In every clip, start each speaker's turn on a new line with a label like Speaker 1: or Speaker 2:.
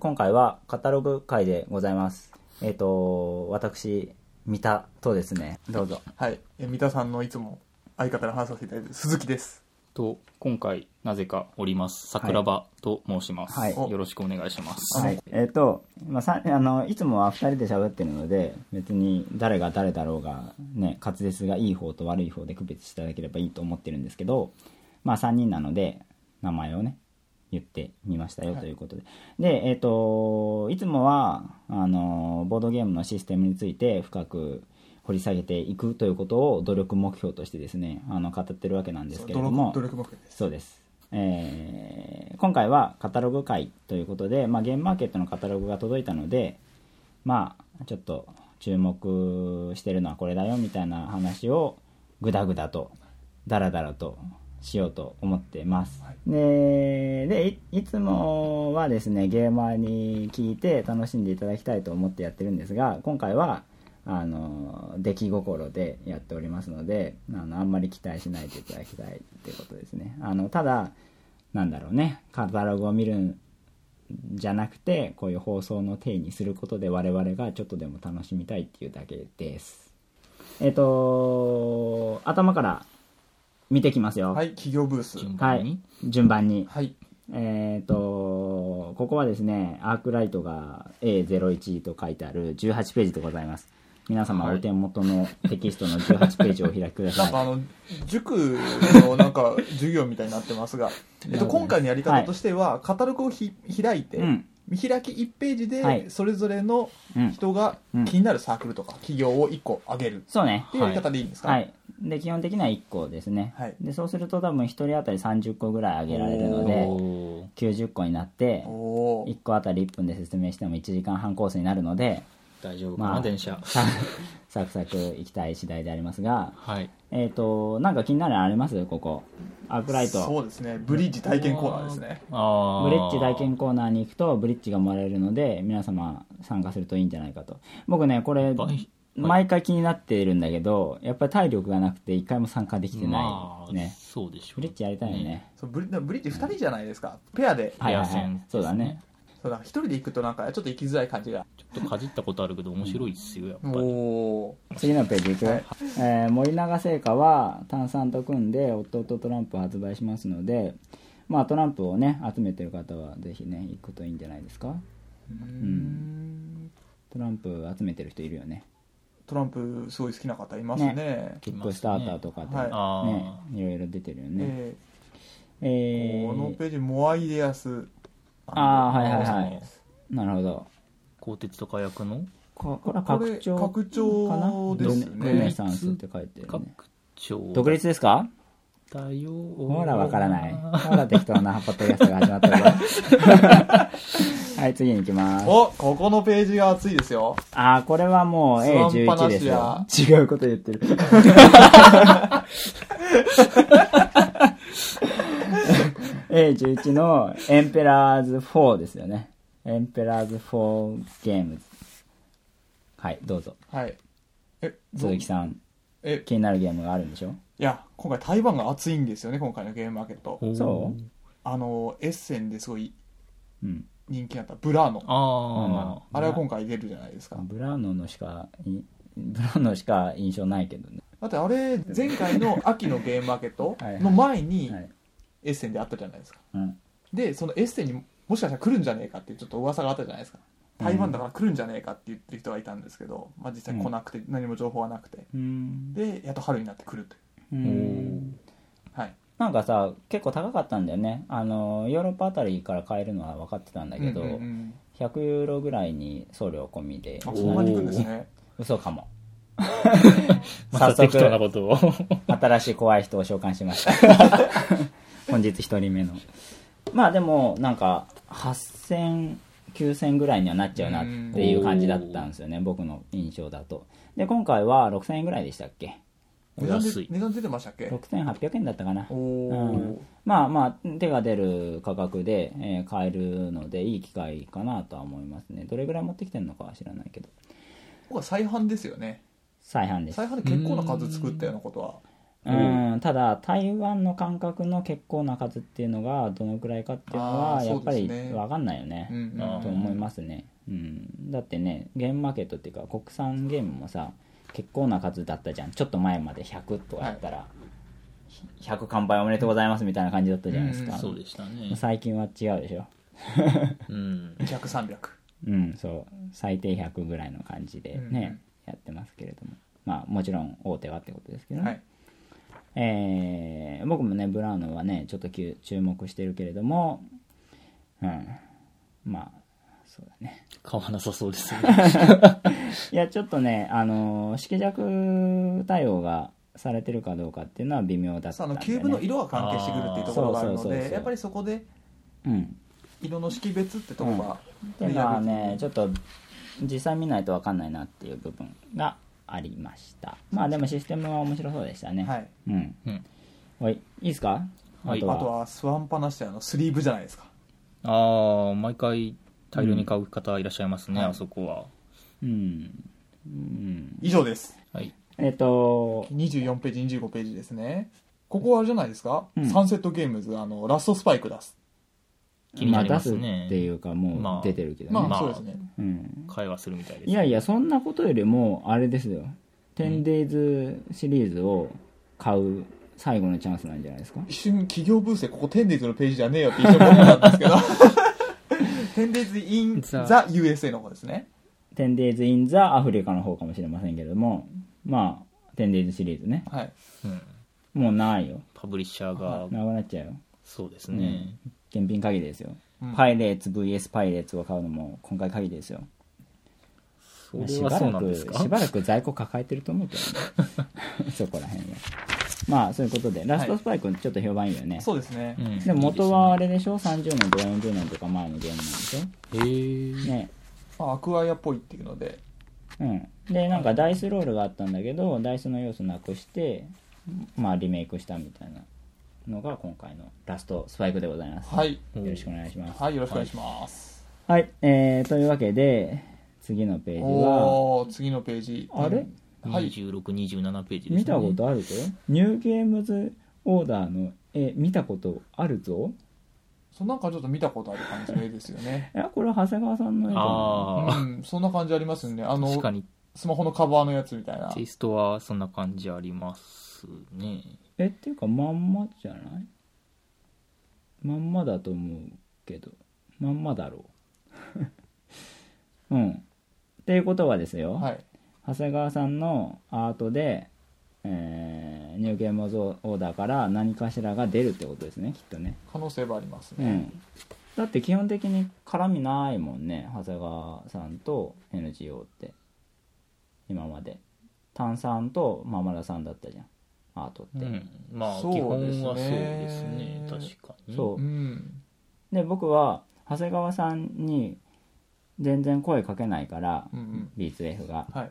Speaker 1: 今回はカタログ会でございます。えっ、と、私、三田とですね、どうぞ。
Speaker 2: はい、え三田さんのいつも相方の話させていただいてる鈴木です。
Speaker 3: と今回なぜかおります桜庭と申します、
Speaker 1: はい
Speaker 3: よろしくお願いします、
Speaker 1: はい。えっ、と、まあ、さあの、いつもは二人で喋ってるので、別に誰が誰だろうが、ね、滑舌がいい方と悪い方で区別していただければいいと思ってるんですけど、まあ、三人なので、名前をね、言ってみましたよということで。で、えっ、と、いつもは、あの、ボードゲームのシステムについて深く、掘り下げていくということを努力目標としてですね、あの、語ってるわけなんですけれども。
Speaker 2: 努力努力目標です。
Speaker 1: そうです、えー今回はカタログ会ということで、まあ、ゲームマーケットのカタログが届いたのでまあちょっと注目してるのはこれだよみたいな話をグダグダとダラダラとしようと思ってます、
Speaker 2: はい
Speaker 1: ででいいつもはですねゲーマーに聞いて楽しんでいただきたいと思ってやってるんですが今回はあの出来心でやっておりますのであのあんまり期待しないでいただきたいってことですねあのただなんだろうねカタログを見るんじゃなくてこういう放送の体にすることで我々がちょっとでも楽しみたいっていうだけですえっ、と頭から見てきますよ
Speaker 2: はい、企業ブース。
Speaker 3: 順
Speaker 1: は
Speaker 3: 番に
Speaker 1: い、順番に
Speaker 2: はい、
Speaker 1: えっ、と、ここはですね、アークライトが A01 と書いてある18ページでございます。皆様
Speaker 3: はい
Speaker 1: お手元のテキストの18ページをお開きくだ
Speaker 2: な
Speaker 1: さ
Speaker 2: ん
Speaker 1: い。
Speaker 2: かあの、塾のなんか授業みたいになってます が、えっと、今回のやり方としては、カタログをひ開いて、
Speaker 1: うん、
Speaker 2: 見開き1ページ
Speaker 1: はい
Speaker 2: で、それぞれの
Speaker 1: うん。
Speaker 2: 人が
Speaker 1: うん
Speaker 2: 気になるサークルとか、企業を1個上げる
Speaker 1: そうね
Speaker 2: っ。ていうやり方でいいんですか、
Speaker 1: はい。で、基本的には1個ですね。
Speaker 2: はい
Speaker 1: で、そうすると多分1人当たり30個ぐらいあげられるので、
Speaker 3: おー
Speaker 1: 90個になって、
Speaker 2: おー
Speaker 1: 1個当たり1分で説明しても1時間半コースになるので、
Speaker 3: 大丈夫かな、
Speaker 1: まあ
Speaker 3: 電車
Speaker 1: さサクサクいきたい次第でありますが、
Speaker 3: はい
Speaker 1: えっ、と、なんか気になるのありますここ。アークライト。
Speaker 2: そうですね、ブリッジ体験コーナーですね。
Speaker 3: あ
Speaker 1: ブリッジ体験コーナーに行くとブリッジがもらえるので皆様参加するといいんじゃないかと僕ねこれ
Speaker 3: はい
Speaker 1: 毎回気になっているんだけどやっぱり体力がなくて一回も参加できて
Speaker 3: ま
Speaker 1: な
Speaker 3: あ
Speaker 1: いね
Speaker 3: そうでしょう
Speaker 1: ブリッジやりたいよね
Speaker 2: そうブリブリッジ2人じゃないですか、ペアで、
Speaker 1: はいはい
Speaker 3: ペ
Speaker 1: は
Speaker 3: ア戦
Speaker 1: い
Speaker 3: ですね
Speaker 1: そうだね
Speaker 2: そうだ1人で行くとなんかちょっと行きづらい感じが。
Speaker 3: ちょっとかじったことあるけど面白いっすよやっぱり
Speaker 2: おー
Speaker 1: 次のページいく、
Speaker 2: はい
Speaker 1: えー森永製菓は炭酸と組んで夫とトランプを発売しますのでまあトランプをね集めてる方はぜひね行くといいんじゃないですか
Speaker 2: うん
Speaker 1: トランプ集めてる人いるよね
Speaker 2: トランプすごい好きな方いますね
Speaker 1: キックスターターとかで、
Speaker 2: はい
Speaker 1: ね
Speaker 3: あ、
Speaker 1: いろいろ出てるよね、
Speaker 2: え
Speaker 1: え
Speaker 2: ーこの
Speaker 1: ー、
Speaker 2: ページモアイデアス
Speaker 1: あーはいはい
Speaker 3: あ、
Speaker 1: はいなるほど
Speaker 3: 鋼鉄と火薬の
Speaker 1: ここれは
Speaker 2: こ
Speaker 1: 拡
Speaker 2: れ
Speaker 1: 張
Speaker 2: 拡
Speaker 1: かな
Speaker 2: 張です
Speaker 1: ルネルネ
Speaker 2: ね
Speaker 1: サンスって書いてる
Speaker 3: 拡
Speaker 1: ね
Speaker 3: 張
Speaker 1: 独立ですか
Speaker 3: だよ
Speaker 1: ほらわからない
Speaker 3: は
Speaker 1: ほら適当なポッドキャストが始まったぞ はい次に行きます
Speaker 2: おここのページが熱いですよ
Speaker 1: ああこれはもう
Speaker 2: スワンパ
Speaker 1: A11
Speaker 2: ナ
Speaker 1: で
Speaker 2: シ
Speaker 1: す
Speaker 2: ア
Speaker 1: よ違うこと言 ってる A11 のエンペラーズ4ですよねエンペラーズ4ゲームズはいどうぞ
Speaker 2: はいえど
Speaker 1: 鈴木さん
Speaker 2: え
Speaker 1: 気になるゲームがあるんでしょ
Speaker 2: いや今回台湾が熱いんですよね今回のゲームマーケット
Speaker 1: そう
Speaker 2: あのエッセンですごい
Speaker 1: うん
Speaker 2: 人気だったブラーノ
Speaker 3: あ
Speaker 2: あれは今回出るじゃないですか
Speaker 1: ブラーノのしかいブラーノしか印象ないけどね
Speaker 2: だってあれ前回の秋のゲームマーケットの前に
Speaker 1: はい、
Speaker 2: エッセンであったじゃないですか
Speaker 1: うん、
Speaker 2: でそのエッセンにもしかしたら来るんじゃねえかっていうちょっと噂があったじゃないですか台湾だから来るんじゃねえかって言ってる人がいたんですけど、まあ、実際来なくて何も情報はなくて
Speaker 1: うん
Speaker 2: でやっと春になって来るという
Speaker 3: あ
Speaker 1: ん
Speaker 2: はい
Speaker 1: なんかさ結構高かったんだよねあのヨーロッパあたりから買えるのは分かってたんだけど、
Speaker 2: うんうんうん
Speaker 1: 100ユーロぐらいに送料込みで
Speaker 2: あそんなに行くんですね
Speaker 1: 嘘か も
Speaker 3: また
Speaker 1: 早
Speaker 3: 適当な
Speaker 1: 速
Speaker 3: ことを
Speaker 1: 新しい怖い人を召喚しました 本日1人目のまあでもなんか80009000ぐらいにはなっちゃうなっていう感じだったんですよね僕の印象だとで今回は6000円ぐらいでしたっけ
Speaker 3: お
Speaker 2: 値段
Speaker 3: 安
Speaker 2: で
Speaker 3: い
Speaker 2: 値段出てましたっけ
Speaker 1: 6800円だったかな
Speaker 2: お
Speaker 1: う
Speaker 2: お
Speaker 1: んまあまあ手が出る価格で、えー買えるのでいい機会かなとは思いますねどれぐらい持ってきてるのかは知らないけど
Speaker 2: 僕は再販ですよね
Speaker 1: 再販です
Speaker 2: 再販で結構な数作ったようなことは
Speaker 1: うんただ台湾の感覚の結構な数っていうのがどのくらいかっていうの
Speaker 2: あ
Speaker 1: は
Speaker 2: ー
Speaker 1: やっぱり
Speaker 2: そうですね
Speaker 1: 分かんないよね
Speaker 2: うんうん
Speaker 1: と思いますね、うん、だってねゲームマーケットっていうか国産ゲームもさ結構な数だったじゃんちょっと前まで100とかやったら、100完売おめでとうございますみたいな感じだったじゃないですか、
Speaker 2: うん
Speaker 3: そうでしたね。
Speaker 1: 最近は違う でしょ
Speaker 3: うん。
Speaker 2: 200300
Speaker 1: うん、そう最低100ぐらいの感じでね、やってますけれどもまあもちろん大手はってことですけどね、
Speaker 2: はい
Speaker 1: えー僕もねブラウノはねちょっと注注目してるけれどもうんまあそうだね
Speaker 3: 買わなさそうです ね。
Speaker 1: いやちょっとねあのー色弱対応がされてるかどうかっていうのは微妙だった
Speaker 2: そうん
Speaker 1: で、
Speaker 2: あの
Speaker 1: ね、
Speaker 2: キューブの色が関係してくるっていうところがあるの
Speaker 1: あーそうそうそうそ
Speaker 2: で
Speaker 1: う
Speaker 2: やっぱりそこで
Speaker 1: うん
Speaker 2: 色の識別ってとこが
Speaker 1: っていうのはねちょっと実際見ないと分かんないなっていう部分がありましたまあでもシステムは面白そうでしたね、
Speaker 2: はい
Speaker 1: うん
Speaker 3: うん
Speaker 1: はいいいですかあ
Speaker 3: はい
Speaker 1: と
Speaker 2: あ
Speaker 1: は、
Speaker 2: とはスワンパなしであのスリーブじゃないですか
Speaker 3: ああ、毎回大量に買う方いらっしゃいますね、
Speaker 2: うん
Speaker 3: あそこは。
Speaker 1: うん、うん、
Speaker 2: 以上です
Speaker 3: はい。
Speaker 1: えっ、と
Speaker 2: 24ページ25ページですねここはあれじゃないですか、
Speaker 1: うん
Speaker 2: サンセットゲームズあのラストスパイク出す
Speaker 3: 気になります
Speaker 1: あ出す
Speaker 3: ね
Speaker 1: っていうかも
Speaker 3: ま
Speaker 1: う
Speaker 3: あ
Speaker 1: 出てるけどね、
Speaker 2: まあ、
Speaker 3: まあ
Speaker 2: そうですね
Speaker 1: うん、
Speaker 3: 会話するみたいです。
Speaker 1: いやいやそんなことよりもあれですよ「10days」シリーズを買う最後のチャンスなんじゃないですか
Speaker 2: 一瞬企業ブースでここテンデイズのページじゃねえよって一瞬思ったんですけどテンデイズインザ USA の方ですね
Speaker 1: 「10days in the アフリカ」の方かもしれませんけれどもまあ「10days」シリーズね
Speaker 2: はい
Speaker 3: うん。
Speaker 1: もうないよ
Speaker 3: パブリッシャーが、
Speaker 1: なくなっちゃうよ
Speaker 3: そうですね。
Speaker 1: 現品限りですよ、
Speaker 2: うん
Speaker 1: パイレーツ VS パイレーツを買うのも今回限りですよ
Speaker 3: それはそうなんですか
Speaker 1: しばらくしばらく在庫抱えてると思うけど ねそこら辺はまあそういうことでラストスパイクちょっと評判いいよね、
Speaker 2: そうですね、
Speaker 3: うん
Speaker 1: でも元はあれでしょ30年とか40年とか前のゲームなんでし
Speaker 3: いいです
Speaker 1: ょ
Speaker 3: ねへえ。
Speaker 1: ね
Speaker 2: まあ、アクアイアっぽいっていうので
Speaker 1: うんでなんかダイスロールがあったんだけどダイスの要素なくしてまあリメイクしたみたいなのが今回のラストスパイクでございます、
Speaker 2: はい
Speaker 3: うん
Speaker 1: よろしくお願いします
Speaker 2: はいよろしくお願いします、
Speaker 1: はい、えー、というわけで次のページは
Speaker 2: おお次のページ
Speaker 1: あれ
Speaker 2: うんはい
Speaker 3: 26、27ページですね。
Speaker 1: 見たことあるぞニューゲームズオーダーの絵見たことあるぞ
Speaker 2: そうなんかちょっと見たことある感じの絵ですよね
Speaker 1: いやこれ長谷川さんの絵じゃな
Speaker 2: う
Speaker 3: あ
Speaker 2: んそんな感じありますよねあ
Speaker 3: あ、確
Speaker 2: の
Speaker 3: かに
Speaker 2: スマホのカバーのやつみたいな
Speaker 3: テイストはそんな感じありますね。
Speaker 1: いえっていうかまんまじゃないまんまだと思うけどまんまだろう うんっていうことはですよ、
Speaker 2: はい
Speaker 1: 長谷川さんのアートで、えーニューゲームズオーダーから何かしらが出るってことですねきっとね
Speaker 2: 可能性はあります
Speaker 1: う
Speaker 2: ね、
Speaker 1: ん、だって基本的に絡みないもんね長谷川さんと NGO って今まで炭酸とママラさんだったじゃんアートって、
Speaker 3: うん。まあ、
Speaker 2: そう
Speaker 3: 基本はそう
Speaker 2: ですね
Speaker 3: ですね。確かに。
Speaker 1: そう
Speaker 2: うん
Speaker 1: で僕は長谷川さんに全然声かけないから、
Speaker 2: うんうん
Speaker 1: ビーツ F が
Speaker 2: はい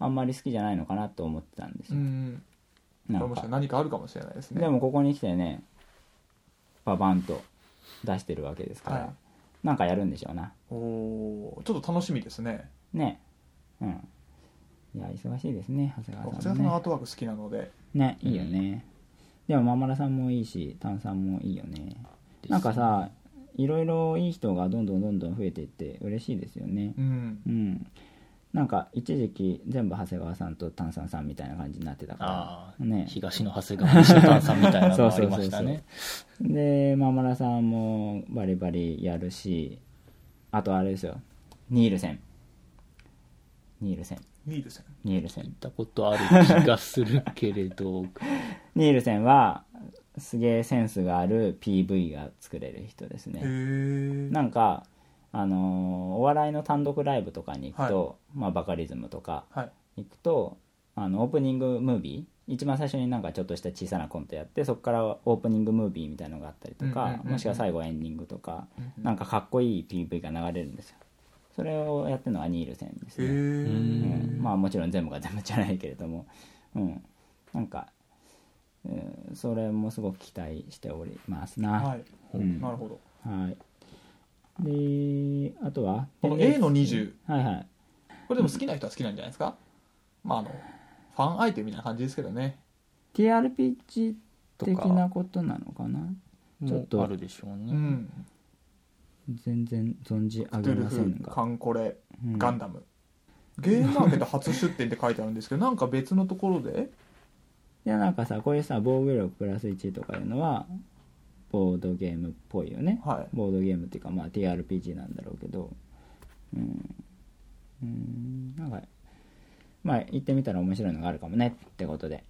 Speaker 1: あんまり好きじゃないのかなと思ってたんです
Speaker 2: う
Speaker 1: よ、
Speaker 2: んこ
Speaker 1: な
Speaker 2: れ
Speaker 1: ん
Speaker 2: もし
Speaker 1: か
Speaker 2: か何かあるかもしれないですね
Speaker 1: でもここに来てねババンと出してるわけですから、
Speaker 2: はい
Speaker 1: なんかやるんでしょうな
Speaker 2: おおーちょっと楽しみですね
Speaker 1: ねうんいや忙しいですね長
Speaker 2: 長
Speaker 1: 谷川
Speaker 2: 谷
Speaker 1: さ
Speaker 2: 川
Speaker 1: ん
Speaker 2: さんのア
Speaker 1: も
Speaker 2: ートワーク好きなので
Speaker 1: ねねいいよね、でもママラさんもいいし炭酸もいいよね
Speaker 3: です
Speaker 1: なんかさいろいろいい人がどんどんどんどん増えていって嬉しいですよね
Speaker 2: うん
Speaker 1: うん、なんか一時期全部長谷川さんと炭酸さんみたいな感じになってたか
Speaker 3: ああ、
Speaker 1: らね
Speaker 3: 東の長谷川西の炭さんみたいなのがありまし た
Speaker 1: そうそうそう
Speaker 3: ね。
Speaker 1: でママラさんもバリバリやるしあとあれですよニールセンニールセン
Speaker 2: いいですね
Speaker 1: ニールセン
Speaker 3: 行ったことある気がするけれ ど、
Speaker 1: ニールセンはすげえセンスがある PV が作れる人です
Speaker 2: へ
Speaker 1: ね
Speaker 2: え
Speaker 1: なんか、あのーお笑いの単独ライブとかに行くと、まあ、バカリズムとか
Speaker 2: はい
Speaker 1: 行くとあのオープニングムービー一番最初になんかちょっとした小さなコントやってそこからオープニングムービーみたいのがあったりと
Speaker 2: うんうん
Speaker 1: か
Speaker 2: うんうん
Speaker 1: もしくは最後エンディングとか
Speaker 2: うんうん
Speaker 1: なんかかっこいい PV が流れるんですよそれをやってるのがニールセンです
Speaker 2: へえ
Speaker 1: ね
Speaker 3: ん
Speaker 1: うんまあもちろん全部が全部じゃないけれども、うん、なんか、うん、それもすごく期待しておりますな。
Speaker 2: は
Speaker 1: はいい。
Speaker 2: なるほど
Speaker 1: で、あとは
Speaker 2: この A の20
Speaker 1: はいはい。
Speaker 2: これでも好きな人は好きなんじゃないですかまああのファンアイテムみたいな感じですけどね
Speaker 1: TRPG
Speaker 3: と
Speaker 1: 的
Speaker 3: か
Speaker 1: なことなのかなちょっと
Speaker 3: もあるでしょう
Speaker 2: う
Speaker 3: ね。
Speaker 2: ん。
Speaker 1: 全然存じ上
Speaker 2: ド
Speaker 1: げ
Speaker 2: ゥル
Speaker 1: ません
Speaker 2: フ、カ
Speaker 1: が、
Speaker 2: ンコレ、
Speaker 1: うん
Speaker 2: ガンダム。ゲームマーケット初出店って書いてあるんですけ ど、なんか別のところで、
Speaker 1: でなんかさこういうさ防御力プラス1とかいうのはボードゲームっぽいよね
Speaker 2: はい。
Speaker 1: ボードゲームっていうかまあ TRPG なんだろうけどうんうんなんかまあ行ってみたら面白いのがあるかもねってことで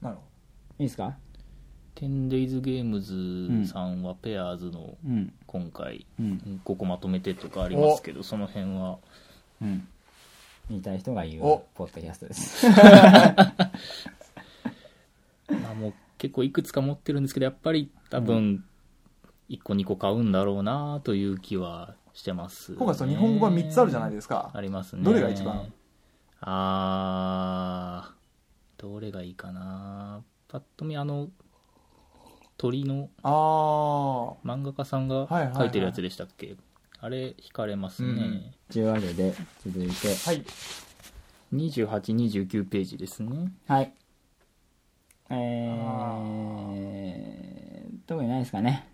Speaker 2: なるほ
Speaker 1: いいですか
Speaker 3: 10days games さんはペアーズの
Speaker 1: うん
Speaker 3: 今回
Speaker 1: うん
Speaker 3: 5個まとめてとかありますけど、その辺は
Speaker 1: うん言いたい人が言う
Speaker 2: お
Speaker 1: ポッドキャストです
Speaker 3: まあもう結構いくつか持ってるんですけど、やっぱり多分1個2個買うんだろうなという気はしてます、
Speaker 2: ど。今回その日本語が3つあるじゃないですすか。
Speaker 3: ありますね。
Speaker 2: どれが一番
Speaker 3: あー、どれがいいかなパッと見あの、鳥の
Speaker 2: ああ。は
Speaker 3: 漫画家さん
Speaker 2: はい
Speaker 3: が
Speaker 2: はいはい
Speaker 3: 書いてるやつでしたっけ、あれ、惹かれますね。
Speaker 1: というわけで続いて
Speaker 2: い。
Speaker 3: 28、29ページですね。
Speaker 1: はいえ
Speaker 2: あ
Speaker 1: ー特にないですかね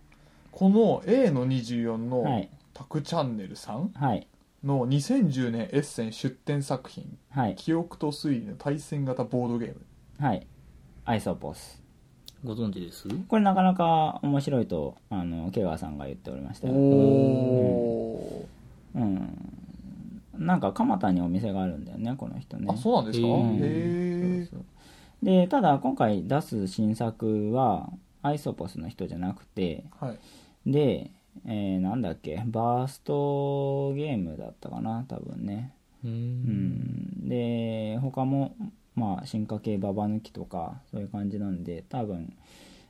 Speaker 2: この A の24の、
Speaker 1: はい
Speaker 2: タクチャンネルさん
Speaker 1: はい
Speaker 2: の2010年エッセン出展作品
Speaker 1: はい
Speaker 2: 「記憶と推理の対戦型ボードゲーム
Speaker 1: はいアイソーポス
Speaker 3: ご存知です
Speaker 1: これなかなか面白いとあのケガーさんが言っておりまし」たよ
Speaker 2: お
Speaker 1: うんなんか蒲田にお店があるんだよねこの人ね
Speaker 2: あそうなんですか
Speaker 3: へ
Speaker 2: へえ
Speaker 1: そうそうでただ今回出す新作はアイソポスの人じゃなくて
Speaker 2: はい
Speaker 1: で、えーなんだっけバーストゲームだったかな多分ね
Speaker 3: う
Speaker 1: うんで他もまあ進化系ババ抜きとかそういう感じなんで多分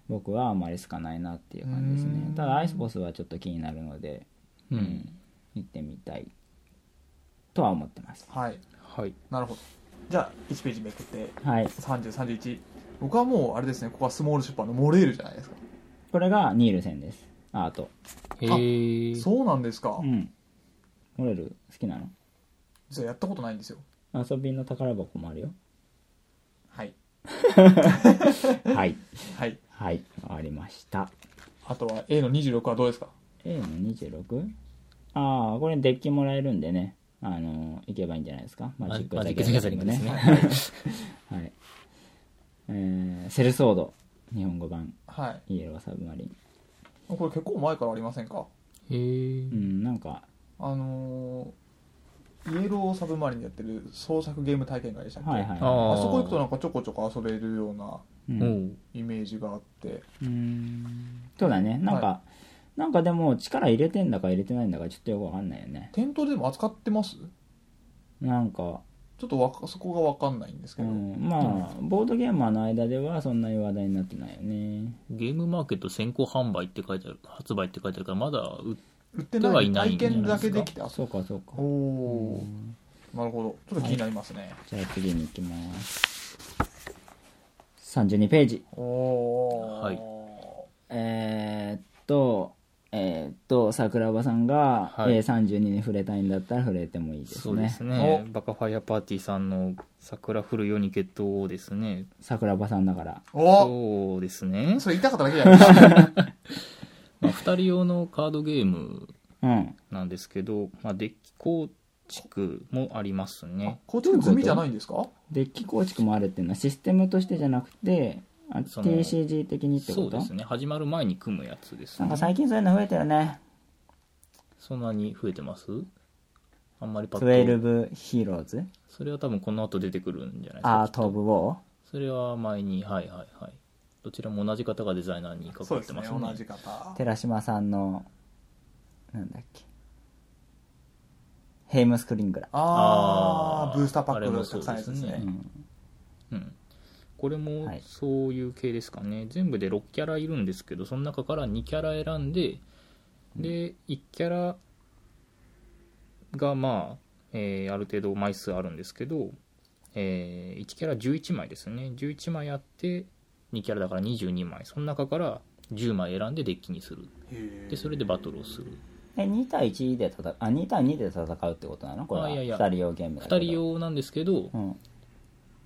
Speaker 1: 僕はあまり好かないなっていう感じです
Speaker 2: う
Speaker 1: ね
Speaker 2: ん
Speaker 1: ただアイソポスはちょっと気になるので
Speaker 3: う
Speaker 1: うんん。行ってみたいとは思ってます
Speaker 2: はい
Speaker 3: はい。
Speaker 2: なるほどじゃあ1ページめくって
Speaker 1: はい
Speaker 2: 3031僕はもうあれですねここはスモール出版のモレールじゃないですか
Speaker 1: これがニールセンですアート
Speaker 3: へー。
Speaker 2: そうなんですか
Speaker 1: うんモレル好きなの
Speaker 2: 実はやったことないんですよ
Speaker 1: 遊びの宝箱もあるよ
Speaker 2: はい
Speaker 1: はい
Speaker 2: はい
Speaker 1: はいわかりました
Speaker 2: あとは A の26はどうですか
Speaker 1: A の 26? ああこれデッキもらえるんでねあの行けばいいんじゃないですか
Speaker 3: マジマジック・ザ・ギャザリングですね。
Speaker 1: はいえー、セルソード日本語版
Speaker 2: はい
Speaker 1: イエローサブマリン
Speaker 2: これ結構前からありませんか
Speaker 3: へ
Speaker 1: う
Speaker 3: ー。
Speaker 1: んなんか
Speaker 2: あのーイエローサブマリンでやってる創作ゲーム体験会でしたっけ、
Speaker 1: はいはい
Speaker 3: あー
Speaker 2: あそこ行くとなんかちょこちょこ遊べるような
Speaker 1: う
Speaker 3: お
Speaker 1: ん
Speaker 3: う
Speaker 2: イメージがあって
Speaker 1: うんそうだねなんか、
Speaker 2: は
Speaker 1: なんかでも力入れてんだか入れてないんだかちょっとよくわかんないよね
Speaker 2: 店頭でも扱ってます
Speaker 1: なんか
Speaker 2: ちょっとわかそこがわかんないんですけ
Speaker 1: う
Speaker 2: ど、
Speaker 1: ん、まあ、ボードゲーマーの間ではそんなに話題になってないよね。
Speaker 3: ゲームマーケット先行販売って書いてある、発売って書いてあるから、まだ売
Speaker 2: 売っ
Speaker 3: っ
Speaker 2: て
Speaker 3: 売って
Speaker 2: な
Speaker 3: はいいない
Speaker 2: 体
Speaker 3: んじゃな
Speaker 2: 験
Speaker 3: いです
Speaker 2: だけで
Speaker 3: か
Speaker 2: きて遊
Speaker 1: そうか、そうか
Speaker 2: ぶ。おおなるほどちょっと気になりますね、
Speaker 1: じゃあ次に行きます。32ページ。
Speaker 2: おお
Speaker 3: はい
Speaker 1: えー、っと、えー、っと、桜庭さんが、
Speaker 3: はい
Speaker 1: えー32に触れたいんだったら触れてもいいですね。
Speaker 3: そうですね
Speaker 2: お
Speaker 3: バカファイアパーティーさんの「桜降るように決闘」をですね
Speaker 1: 桜庭さんだから。
Speaker 2: お
Speaker 3: そうですね
Speaker 2: お、それ言いたかっただけじゃないですか
Speaker 3: まあ、2人用のカードゲーム
Speaker 1: うん。
Speaker 3: なんですけど、まあ、デッキ構築もあります ね
Speaker 2: こっちの組じゃないんですか
Speaker 1: デッキ構築もあるっていうのはシステムとしてじゃなくて、あ
Speaker 3: その
Speaker 1: TCG 的にって
Speaker 3: そ
Speaker 1: こ
Speaker 3: うで
Speaker 1: と
Speaker 3: すね始まる前に組むやつです
Speaker 1: なん
Speaker 3: ね
Speaker 1: か最近そういうの増えたよね。
Speaker 3: そんなに増えてますあんまりパッと
Speaker 1: 12ヒーローズ、
Speaker 3: それは多分この後出てくるんじゃないです
Speaker 1: ア
Speaker 3: か
Speaker 1: ー
Speaker 3: きっ
Speaker 1: ト・オ
Speaker 3: と
Speaker 1: ブ・ウォー。
Speaker 3: それは前にはいはいはいどちらも同じ方がデザイナーに関
Speaker 2: そう
Speaker 3: わ
Speaker 2: で
Speaker 3: って
Speaker 2: すね
Speaker 3: ますね
Speaker 2: 同じ方
Speaker 1: 寺島さんのなんだっけヘイムスクリングラ、
Speaker 2: ああブースターパッ
Speaker 3: あれ
Speaker 2: クが
Speaker 3: も
Speaker 2: た
Speaker 3: そ
Speaker 2: く
Speaker 3: う
Speaker 2: さんあ
Speaker 3: で
Speaker 2: るや
Speaker 3: す
Speaker 2: つです
Speaker 3: ね
Speaker 2: ね
Speaker 1: うん、
Speaker 3: うん、これも
Speaker 1: はい
Speaker 3: そういう系ですかね、全部で6キャラいるんですけどその中から2キャラ選んでで1キャラがまあ、えーある程度枚数あるんですけど、え1キャラ11枚ですね11枚あって2キャラだから22枚その中から10枚選んでデッキにする
Speaker 2: へー
Speaker 3: でそれでバトルをする
Speaker 1: え2対1で戦うあ2対2で戦うってことなのこれは
Speaker 3: あいやいや
Speaker 1: 2人用ゲームだけど
Speaker 3: 2人用なんですけど
Speaker 1: うん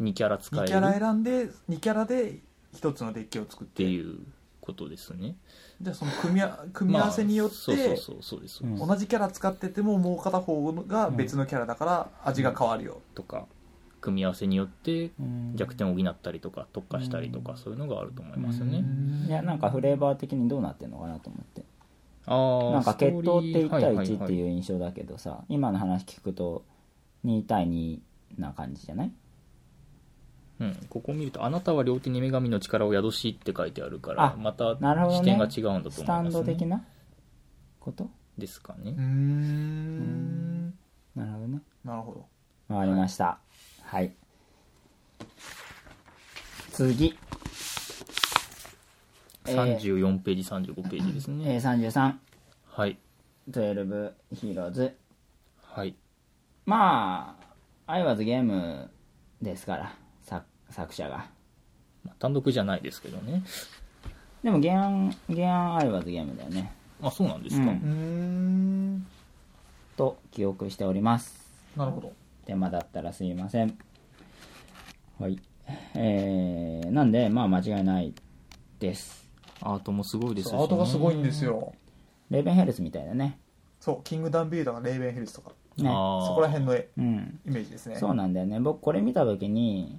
Speaker 3: 2キャラ使
Speaker 2: 2
Speaker 3: え
Speaker 2: キ
Speaker 3: る
Speaker 2: ャラ選んで2キャラで一つのデッキを作っ
Speaker 3: って
Speaker 2: て
Speaker 3: いうことですね
Speaker 2: じゃあその組みあ組み合わせによって、
Speaker 3: まあそうそうそうそうです、
Speaker 1: うん
Speaker 2: 同じキャラ使っててももう片方が別のキャラだから味が変わるよ、
Speaker 3: とか組み合わせによって
Speaker 1: うん
Speaker 3: 弱点を補ったりとか特化したりとかそういうのがあると思いますよね、
Speaker 1: いやなんかフレーバー的にどうなってんのかなと思って
Speaker 3: ああ
Speaker 1: なんか決闘って1対1っていうう印象だけどさ、今の話聞くと2対2な感じじゃない
Speaker 3: うん、ここを見ると「あなたは両手に女神の力を宿し」って書いてあるか
Speaker 1: あ
Speaker 3: らまた
Speaker 1: なるほど
Speaker 3: 視
Speaker 1: ね
Speaker 3: 点が違うんだと思います、ね、
Speaker 1: スタンド的なこと
Speaker 3: ですかね、
Speaker 2: うーん
Speaker 1: なるほどね
Speaker 2: なるほど
Speaker 1: わかりましたはい、次、えー
Speaker 3: 34ページ35ページですね、
Speaker 1: えー、
Speaker 3: はい
Speaker 1: 3312ヒーローズ
Speaker 3: はい
Speaker 1: まあアイワズゲームですから作作者が
Speaker 3: まあ単独じゃないですけどね
Speaker 1: でも原案原案アイワズゲームだよね
Speaker 3: あそうなんですか、
Speaker 1: うん
Speaker 2: うーん
Speaker 1: と記憶しております
Speaker 2: なるほど
Speaker 1: 手間だったらすいませんはいえー、なんでまあ間違いないです
Speaker 3: アートもすごいですし
Speaker 2: そうアートがすごいんですよ
Speaker 1: レーベンヘルスみたいだね
Speaker 2: そうキングダムビーとかレイベンヒルスとか
Speaker 1: ね
Speaker 3: あー
Speaker 2: そこら辺の絵
Speaker 1: うん
Speaker 2: イメージですね
Speaker 1: そうなんだよね僕これ見た時に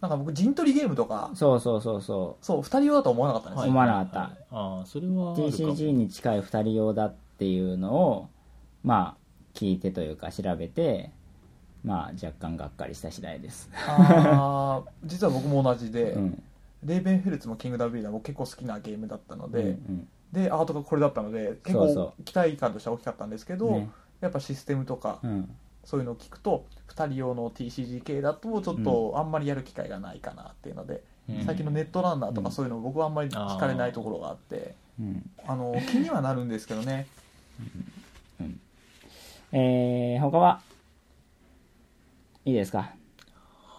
Speaker 2: なんか僕陣取りゲームとか
Speaker 1: そうそうそうそ
Speaker 2: そう2人用だと思わなかったんで
Speaker 1: う
Speaker 2: す
Speaker 1: 思
Speaker 2: よ、
Speaker 1: わなかった
Speaker 3: ああそれはあるかも
Speaker 1: TCG に近い2人用だっていうのをまあ聞いてというか調べてまあ若干がっかりした次第です、
Speaker 2: あー実は僕も同じで、
Speaker 1: うん、
Speaker 2: レイベンヒルツもキングダムビーダーも結構好きなゲームだったので、
Speaker 1: うん
Speaker 2: でアートがこれだったので結
Speaker 1: そうそ
Speaker 2: 構期待感としては大きかったんですけど、
Speaker 1: ね
Speaker 2: やっぱシステムとか、
Speaker 1: うんうん
Speaker 2: そういうのを聞くと2人用の TCG 系だとちょっとあんまりやる機会がないかなっていうので、
Speaker 3: うん
Speaker 2: 最近のネットランナーと
Speaker 1: う
Speaker 2: か
Speaker 1: ん
Speaker 2: そういうの僕はあんまり惹かれないところがあって、
Speaker 1: うん
Speaker 2: あの気にはなるんですけどね
Speaker 1: えー、他はいいですか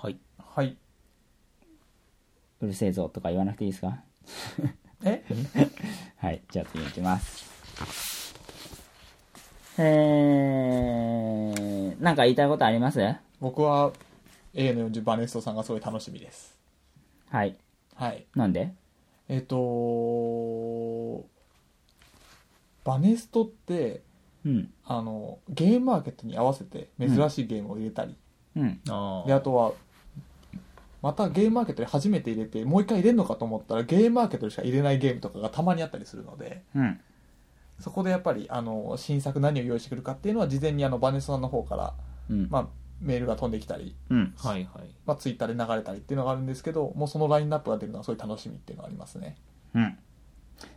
Speaker 3: はい
Speaker 2: はいう
Speaker 1: るせえぞとか言わなくていいですか
Speaker 2: え
Speaker 1: はい、じゃあ次行きます。えー、なんか言いたいことあります
Speaker 2: 僕は A の40バネストさんがすごい楽しみです
Speaker 1: はい。
Speaker 2: はい
Speaker 1: なんで
Speaker 2: えっ、とバネストって
Speaker 1: うん。
Speaker 2: あのゲームマーケットに合わせて珍しいゲームを入れたり、
Speaker 1: うん。
Speaker 3: あ
Speaker 2: であとはまたゲームマーケットに初めて入れてもう一回入れるのかと思ったらゲームマーケットにしか入れないゲームとかがたまにあったりするので
Speaker 1: うん。
Speaker 2: そこでやっぱりあの新作何を用意してくるかっていうのは事前にあのバネストさんの方から、
Speaker 1: うん。
Speaker 2: まあ、メールが飛んできたり、
Speaker 1: うん。
Speaker 3: あはいはい
Speaker 2: まあ、ツイッターで流れたりっていうのがあるんですけどもうそのラインナップが出るのはすごい楽しみっていうのがありますね
Speaker 1: うん。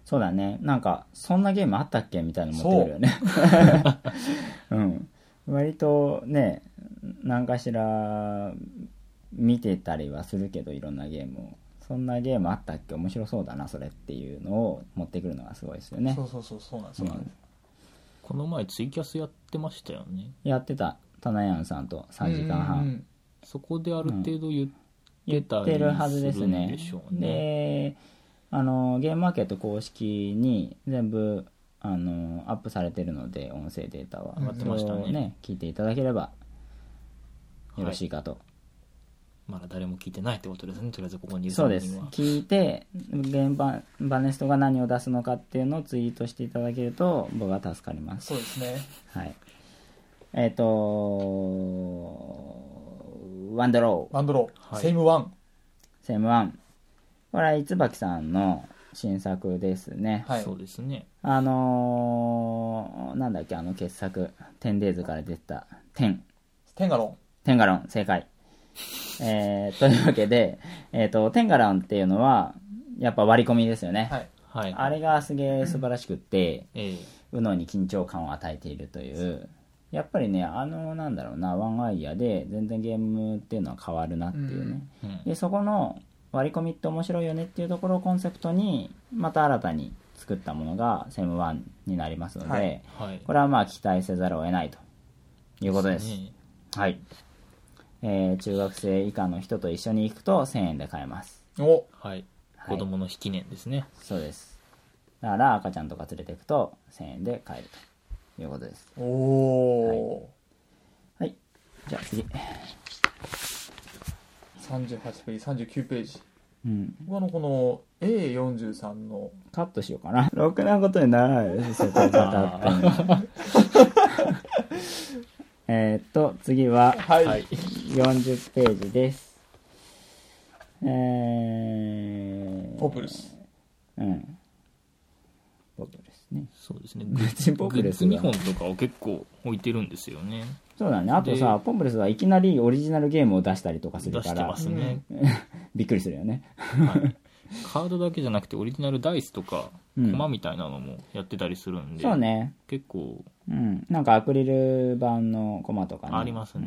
Speaker 1: そうだね。なんか、そんなゲームあったっけみたいなの持ってくるよね。 うん。割とね、何かしら見てたりはするけど、いろんなゲームを。そんなゲームあったっけ面白そうだな、それっていうのを持ってくるのがすごいですよね
Speaker 2: そ。うそうそうそうなんですそうなんです、
Speaker 3: この前ツイキャスやってましたよね
Speaker 1: やってた、タナヤンさんと3時間半。
Speaker 2: うんうんうん
Speaker 3: そこである程度言ってた
Speaker 1: っ
Speaker 3: り
Speaker 1: てるはずです
Speaker 3: るん
Speaker 1: ね
Speaker 3: でしょうね
Speaker 1: であのゲームマーケット公式に全部あのアップされてるので音声データは
Speaker 2: 上がって
Speaker 3: ましたね
Speaker 1: それを聞いていただければよろしいかと、
Speaker 3: まだ誰も聞いてないってことですねとりあえずここにいる
Speaker 1: そう
Speaker 3: 3
Speaker 1: です
Speaker 3: 人は
Speaker 1: 聞いて現場バネストが何を出すのかっていうのをツイートしていただけると僕は助かります
Speaker 2: そうですね
Speaker 1: はいえっ、とワンドロー
Speaker 2: ワンドロー、
Speaker 3: はい
Speaker 2: セイムワン
Speaker 1: セムワン。これは、いつばきさんの新作ですね。
Speaker 2: はい
Speaker 3: そうですね
Speaker 1: あのー、なんだっけ、あの傑作。テンデイズから出てた、テン。
Speaker 2: テンガロ
Speaker 1: テンガロン、正解。えー、と いうわけで、えっ、と、テンガロンっていうのは、やっぱ割り込みですよね。
Speaker 2: ンはい
Speaker 3: はい
Speaker 1: あれがすげえ素晴らしくって、
Speaker 3: ええ
Speaker 1: うのに緊張感を与えているという。やっぱりね、あの、なんだろうな、ワンアイデアで全然ゲームっていうのは変わるなっていうね。
Speaker 3: うん
Speaker 1: でそこの割り込みって面白いよねっていうところをコンセプトにまた新たに作ったものがセム1になりますので、
Speaker 2: はい
Speaker 3: はい
Speaker 1: これはまあ期待せざるを得ないということです
Speaker 3: ね
Speaker 1: はい、えー中学生以下の人と一緒に行くと1000円で買えます
Speaker 2: お
Speaker 3: はい
Speaker 1: はい
Speaker 3: 子供の引き年ですね
Speaker 1: そうですだから赤ちゃんとか連れて行くと1000円で買えるということです
Speaker 2: おお
Speaker 1: はいじゃあ次
Speaker 2: ー、38ページ39ページ
Speaker 1: うん、
Speaker 2: 僕はあのこの A43 の
Speaker 1: カットしようかな ろくなことにならないですよこういう方って えーっと次は
Speaker 2: はい、
Speaker 3: はい
Speaker 1: 40ページですえー、
Speaker 2: ポプルス
Speaker 1: うんポプルスね
Speaker 3: そうですねグッ
Speaker 1: 別にポ
Speaker 3: グ
Speaker 1: プ
Speaker 3: ッ
Speaker 1: レ
Speaker 3: ズ
Speaker 1: ス
Speaker 3: 2本
Speaker 1: が
Speaker 3: とかを結構置いてるんですよね
Speaker 1: そうだねあとさポプレスはいきなりオリジナルゲームを出したりとかするか
Speaker 3: 出して
Speaker 1: ら
Speaker 3: ますね、
Speaker 1: びっくりするよね
Speaker 3: はい、カードだけじゃなくてオリジナルダイスとか
Speaker 1: うん
Speaker 3: 駒みたいなのもやってたりするんで、
Speaker 1: そうね
Speaker 3: 結構
Speaker 1: うんなんかアクリル板のコマとかね
Speaker 3: ありますね、
Speaker 1: う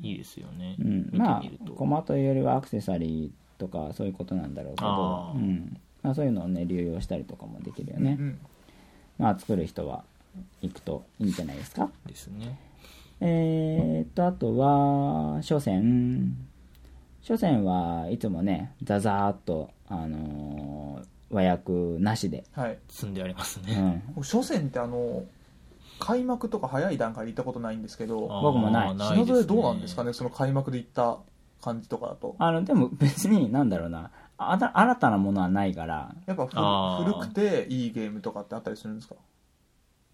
Speaker 1: ん
Speaker 3: いいですよね、
Speaker 1: うんうん、うん、
Speaker 3: 見て
Speaker 1: まあ
Speaker 3: みると、
Speaker 1: コマというよりはアクセサリーとかそういうことなんだろうけど
Speaker 3: あ、ー
Speaker 1: うんまあ、そういうのをね流用したりとかもできるよね、
Speaker 2: うん
Speaker 1: まあ作る人は行くといいんじゃないですか
Speaker 3: ですね
Speaker 1: えー、っと、あとは、初戦。初戦はいつもね、ザザーっと、あのー和訳なし で。
Speaker 2: はい
Speaker 3: 積んであります
Speaker 1: う
Speaker 3: ね、
Speaker 1: ん。
Speaker 2: 僕初戦ってあの開幕とか早い段階で行ったことないんですけど
Speaker 1: 僕もない
Speaker 3: あー
Speaker 2: 品
Speaker 3: で
Speaker 2: ぞ
Speaker 3: す
Speaker 2: え
Speaker 3: ね
Speaker 2: どうなんですかねそ の開幕で行った感じとかだと
Speaker 1: あの、でも別に、なんだろうな、あた新たなものはないから、
Speaker 2: やっぱ
Speaker 3: あー
Speaker 2: 古古くていいゲームとかってあったりするんですか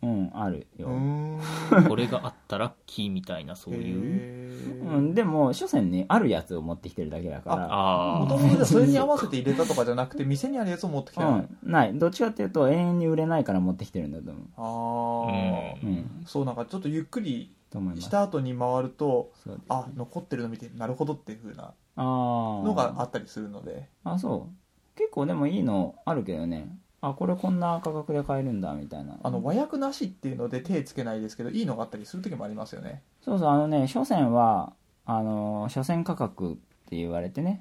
Speaker 1: うん、ある
Speaker 2: う
Speaker 1: よ。
Speaker 2: ーん
Speaker 3: これがあったらラッキーみたいなそういう
Speaker 1: う
Speaker 2: も
Speaker 1: ん、でも、初戦にあるやつを持ってきてるだけだか
Speaker 3: あ
Speaker 2: と
Speaker 3: あ
Speaker 2: もとそれに合わせて入れたとかじゃなくて店にあるやつを持ってきた
Speaker 1: ら、うん、ない。どっちかっていうと、永遠に売れないから持ってきてるんだと思う。
Speaker 2: ああ、
Speaker 3: う
Speaker 1: うん、
Speaker 2: そうなんかちょっとゆっくり
Speaker 1: と思いま
Speaker 2: し
Speaker 1: す。
Speaker 2: た後に回ると
Speaker 1: そうです
Speaker 2: あ残ってるの見てなるほどっていう風な
Speaker 1: あー
Speaker 2: のがあったりするので
Speaker 1: あそう結構でもいいのあるけどねあこれこんな価格で買えるんだみたいな
Speaker 2: あの和訳なしっていうので手つけないですけどいいのがあったりする時もありますよね
Speaker 1: そうそうあのね所詮はあの所詮価格って言われてね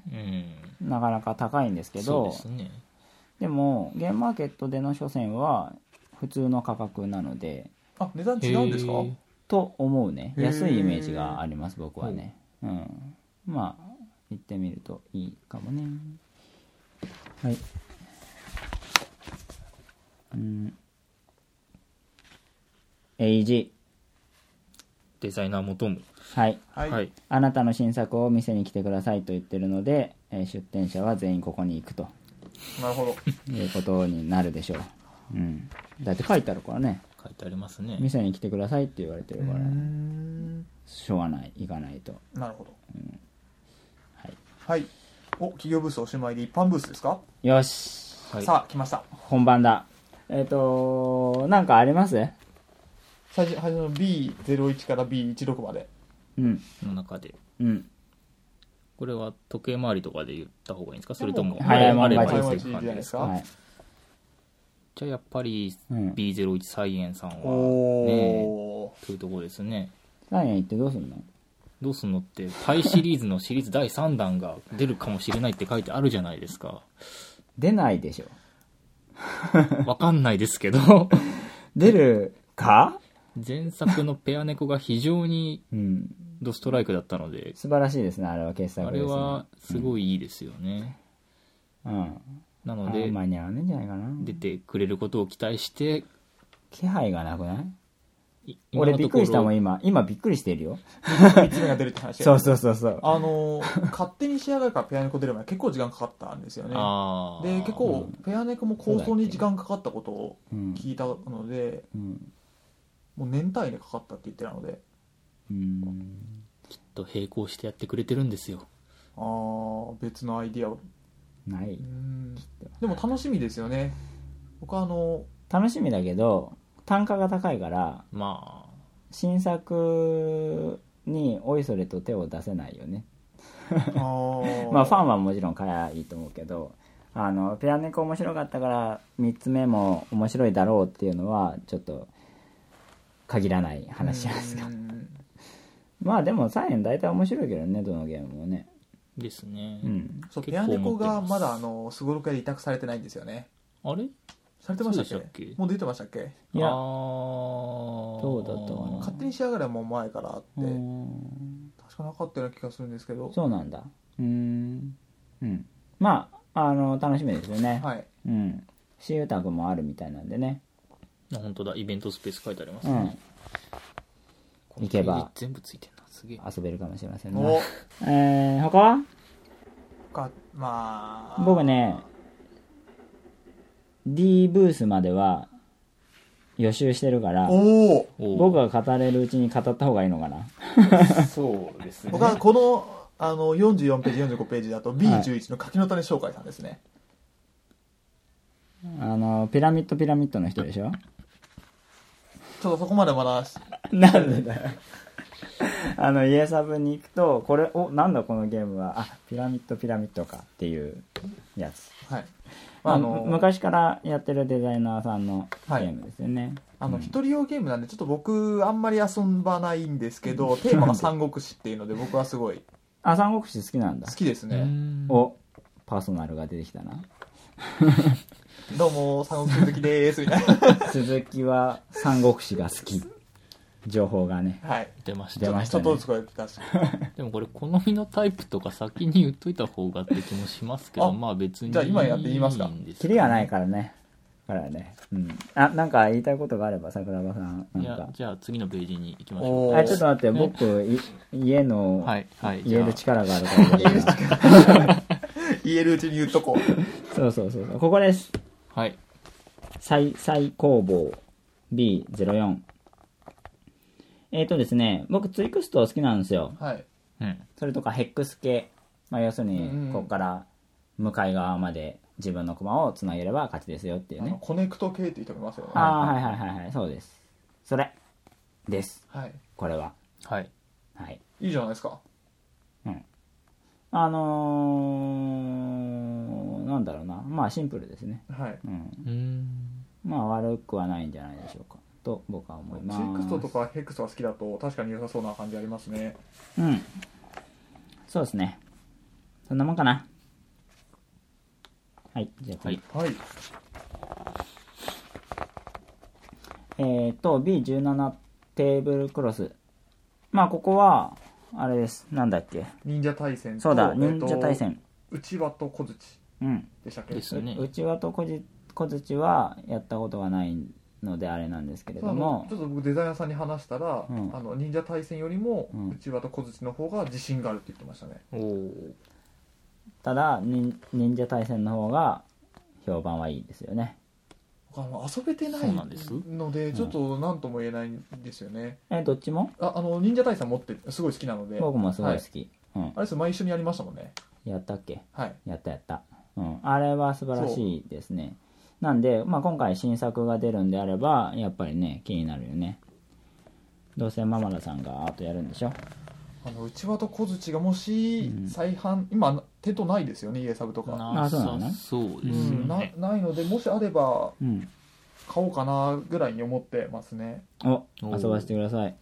Speaker 3: うん
Speaker 1: なかなか高いんですけ
Speaker 3: そう
Speaker 1: ど
Speaker 3: ですね
Speaker 1: でもゲームマーケットでの所詮は普通の価格なので
Speaker 2: あ値段違うんですか
Speaker 3: へー
Speaker 1: と思うね
Speaker 2: へー
Speaker 1: 安いイメージがあります僕はねうんまあ行ってみるといいかもねはいうんエイジ
Speaker 3: デザイナー求む
Speaker 1: はい
Speaker 2: はい、
Speaker 3: はい
Speaker 1: あなたの新作を店に来てくださいと言ってるので、えー出店者は全員ここに行くと
Speaker 2: なるほ ど
Speaker 1: いうことになるでしょう、うん、だって書いてあるからね
Speaker 3: 書いてありますね
Speaker 1: 店に来てくださいって言われてる
Speaker 2: うー
Speaker 1: から
Speaker 2: ん
Speaker 1: しょうがない行かないと
Speaker 2: なるほど
Speaker 1: はい
Speaker 2: はいお企業ブースおしまいで一般ブースですか、
Speaker 1: よし
Speaker 3: はい
Speaker 2: さあ来ました
Speaker 1: 本番だえっ、となんかあります
Speaker 2: 最初最初の B01 から B16 まで
Speaker 1: うん
Speaker 3: の中で
Speaker 1: うん
Speaker 3: これは時計回りとかで言った方がいいんですかそれとも
Speaker 1: 早いもん
Speaker 3: れ
Speaker 1: 勝ち
Speaker 2: です早いもん勝ちじゃないですか
Speaker 1: はい
Speaker 3: じゃあやっぱり
Speaker 1: うん
Speaker 3: B01 サイエンさんは
Speaker 2: お
Speaker 3: ね
Speaker 2: お
Speaker 3: というところですね
Speaker 1: 3円行ってどうすんの
Speaker 3: どうすんのってパイシリーズのシリーズ第3弾が出るかもしれないって書いてあるじゃないですか
Speaker 1: 出ないでしょ
Speaker 3: わかんないですけど
Speaker 1: 出るか
Speaker 3: 前作のペア猫が非常に
Speaker 1: うん
Speaker 3: ドストライクだったので
Speaker 1: 素晴らしいですねあれは傑作
Speaker 3: あ
Speaker 1: で
Speaker 3: れ
Speaker 1: すね
Speaker 3: はすごいいいですよね
Speaker 1: うん
Speaker 3: な
Speaker 1: あ
Speaker 3: の
Speaker 1: ん
Speaker 3: で
Speaker 1: まに合わねえんじゃないかな
Speaker 3: 出てくれることを期待して
Speaker 1: 気配がなくない
Speaker 3: い今
Speaker 1: 俺
Speaker 3: の
Speaker 1: びっ
Speaker 3: と
Speaker 1: く
Speaker 3: こ
Speaker 1: りしたもん
Speaker 3: ろ
Speaker 1: 今今びっくりしてるよ
Speaker 2: 3つ目が出るって話
Speaker 1: そうそうそうそう
Speaker 2: あのー勝手に仕上がるからペアネコ出る前結構時間かかったんですよね
Speaker 3: あ
Speaker 2: で
Speaker 3: ー
Speaker 2: 結構ペアネコも構想に時間かかったことを
Speaker 1: うん
Speaker 2: 聞いたので
Speaker 1: うん
Speaker 2: もう年単位でかかったって言ってたので
Speaker 1: うん
Speaker 3: と並行してやってくれてるんですよ
Speaker 2: あー別のアイディアを
Speaker 1: ないう
Speaker 2: ーんでも楽しみですよね僕はあの
Speaker 1: 楽しみだけど単価が高いから
Speaker 3: ま
Speaker 1: 新作においそれと手を出せないよね
Speaker 2: あー
Speaker 1: まあファンはもちろん買えばいいと思うけどあのペアネコ面白かったから3つ目も面白いだろうっていうのはちょっと限らない話じゃないですか
Speaker 2: うーん
Speaker 1: まあでも3円大体面白いけどねどのゲームもね
Speaker 3: あですね、
Speaker 1: うん
Speaker 2: そうペ
Speaker 3: 結
Speaker 2: ア
Speaker 3: 構
Speaker 2: ネコ
Speaker 3: 持
Speaker 2: が
Speaker 3: ってます
Speaker 2: まだあのすごろく屋で委託されてないんですよね
Speaker 3: あれ
Speaker 2: されてましたっ
Speaker 3: そうで
Speaker 2: け
Speaker 3: したっけ
Speaker 2: もう出てましたっけ
Speaker 1: い
Speaker 3: あ
Speaker 1: や
Speaker 3: ー
Speaker 1: どうだったかな
Speaker 2: 勝手に仕上がれはもう前からあって
Speaker 1: うん
Speaker 2: 確かなかったような気がするんですけど
Speaker 1: そうなんだうーんうんまああの楽しみですよね、
Speaker 2: はい
Speaker 1: うん私有宅もあるみたいなんでね
Speaker 3: あ本当だイベントスペース書いてあります
Speaker 1: う
Speaker 3: ね、
Speaker 1: ん
Speaker 3: この
Speaker 1: 行けば
Speaker 3: ページ全部ついてんなすげえ
Speaker 1: 遊べるかもしれません
Speaker 2: お
Speaker 1: ねえー、他は
Speaker 2: かまあ
Speaker 1: 僕ね D ブースまでは予習してるから
Speaker 2: おお
Speaker 3: おう
Speaker 1: 僕が語れるうちに語った方がいいのかな
Speaker 4: そうですね。
Speaker 2: 僕はこのあの44ページ45ページだと B11 の柿の種紹介さんですね、
Speaker 1: あのピラミッドピラミッドの人でしょ
Speaker 2: ちょっとそこまでまだ
Speaker 1: なんでだよ あの家サブに行くとこれおなんだこのゲームはあピラミッドピラミッドかっていうやつ、
Speaker 2: はい、
Speaker 1: ま
Speaker 2: まあ、
Speaker 1: あ
Speaker 2: あ
Speaker 1: の
Speaker 2: の
Speaker 1: 昔からやってるデザイナーさんのゲ
Speaker 2: はい
Speaker 1: ームですよね、
Speaker 2: あの
Speaker 1: うん
Speaker 2: 一人用ゲームなんでちょっと僕あんまり遊ばないんですけどテーマが三国志っていうので僕はすごい
Speaker 1: あ三国志好きなんだ
Speaker 2: 好きです
Speaker 3: う
Speaker 2: ね
Speaker 3: ん
Speaker 1: おパーソナルが出てきたな
Speaker 2: どうも三国志好きでーすみたいな
Speaker 1: 鈴木は三国志が好き情報がね
Speaker 2: はい
Speaker 3: 出まし
Speaker 1: 出
Speaker 3: た
Speaker 1: ま
Speaker 2: ちょっとずつこうやって出して
Speaker 3: でもこれ好みのタイプとか先に言っといた方がって気もしますけ
Speaker 2: あ
Speaker 3: どまあ別に
Speaker 2: じゃあ今やって言いますか
Speaker 3: んです
Speaker 1: キリがないからねだからねうんあなんか言いたいことがあれば桜庭さんなん
Speaker 3: いや
Speaker 1: か
Speaker 3: じゃあ次のページに行きましょ
Speaker 2: おー
Speaker 1: あちょっと待って
Speaker 3: ね
Speaker 1: 僕い家
Speaker 3: う
Speaker 1: の
Speaker 3: はいはいじ
Speaker 1: 言え
Speaker 3: ゃ
Speaker 1: る
Speaker 3: あ
Speaker 1: 力があるから
Speaker 2: 言える力言えるうちに言っとこう
Speaker 1: そうそうそうそうここです
Speaker 3: はい
Speaker 1: 最最高峰 B04 えっ、ー、とですね僕ツイクスト好きなんですよ
Speaker 2: はい
Speaker 3: うん
Speaker 1: それとかヘックス系、まあ、要する
Speaker 2: うんう
Speaker 1: に
Speaker 2: ん
Speaker 1: ここから向かい側まで自分の駒をつなげれば勝ちですよってい
Speaker 2: あ
Speaker 1: う
Speaker 2: の
Speaker 1: ね
Speaker 2: コネクト系って言ってもいますよね
Speaker 1: ああーはいはいはいはいそうですそれです
Speaker 2: はい
Speaker 1: これは
Speaker 3: はい
Speaker 1: はい
Speaker 2: いいじゃないですか
Speaker 1: あのー、なんだろうなまあシンプルですね
Speaker 2: はい
Speaker 1: うん
Speaker 3: うん
Speaker 1: まあ悪くはないんじゃないでしょうかと僕は思いま
Speaker 2: チ
Speaker 1: す
Speaker 2: ークストとかヘックスが好きだと確かに良さそうな感じありますね
Speaker 1: うんそうですねそんなもんかなはいじゃあ次、
Speaker 3: はい
Speaker 2: はい
Speaker 1: えっ、と、B17 テーブルクロス。まあ、ここは、あれです。なんだっけ。
Speaker 2: 忍者対戦と
Speaker 1: そうだ、
Speaker 2: えー
Speaker 1: 忍
Speaker 2: と
Speaker 1: 者対戦。
Speaker 2: 内輪と小槌
Speaker 1: うん。
Speaker 2: でしたっけ
Speaker 3: ですね
Speaker 1: うちわとこじ小槌はやったことがないのであれなんですけれ
Speaker 2: そ
Speaker 1: ど
Speaker 2: うあの
Speaker 1: も
Speaker 2: ちょ、っと僕デザイナーさんに話したら、
Speaker 1: うん
Speaker 2: あの忍者対戦よりも
Speaker 1: うん
Speaker 2: 内輪と小槌の方が自信があるって言ってましたね、
Speaker 3: おお
Speaker 1: ただ、忍忍者対戦の方が評判はいいですよね。
Speaker 2: 僕あの遊べてない
Speaker 3: そうなんです
Speaker 2: のでちょっと何とも言えないんですよね、
Speaker 1: え、どっちも
Speaker 2: ああの忍者対戦持ってるすごい好きなので
Speaker 1: 僕もすごい好
Speaker 2: は
Speaker 1: き。
Speaker 2: あれですよ毎一緒にやりましたもんね
Speaker 1: うん。やったっけ
Speaker 2: はい
Speaker 1: やったやった、うん、あれは素晴らしいですねなんで、まあ、今回新作が出るんであればやっぱりね気になるよねどうせママラさんがアートやるんでしょ
Speaker 2: あの内輪と小槌がもし
Speaker 1: うん
Speaker 2: 再販、今手とないですよね家サブとか
Speaker 3: な
Speaker 1: そうなのね
Speaker 3: さそう
Speaker 2: う
Speaker 3: です
Speaker 2: んな
Speaker 3: ね
Speaker 2: ないのでもしあれば
Speaker 1: うん
Speaker 2: 買おうかなぐらいに思ってますね
Speaker 1: お
Speaker 3: おー
Speaker 1: 遊ばせてください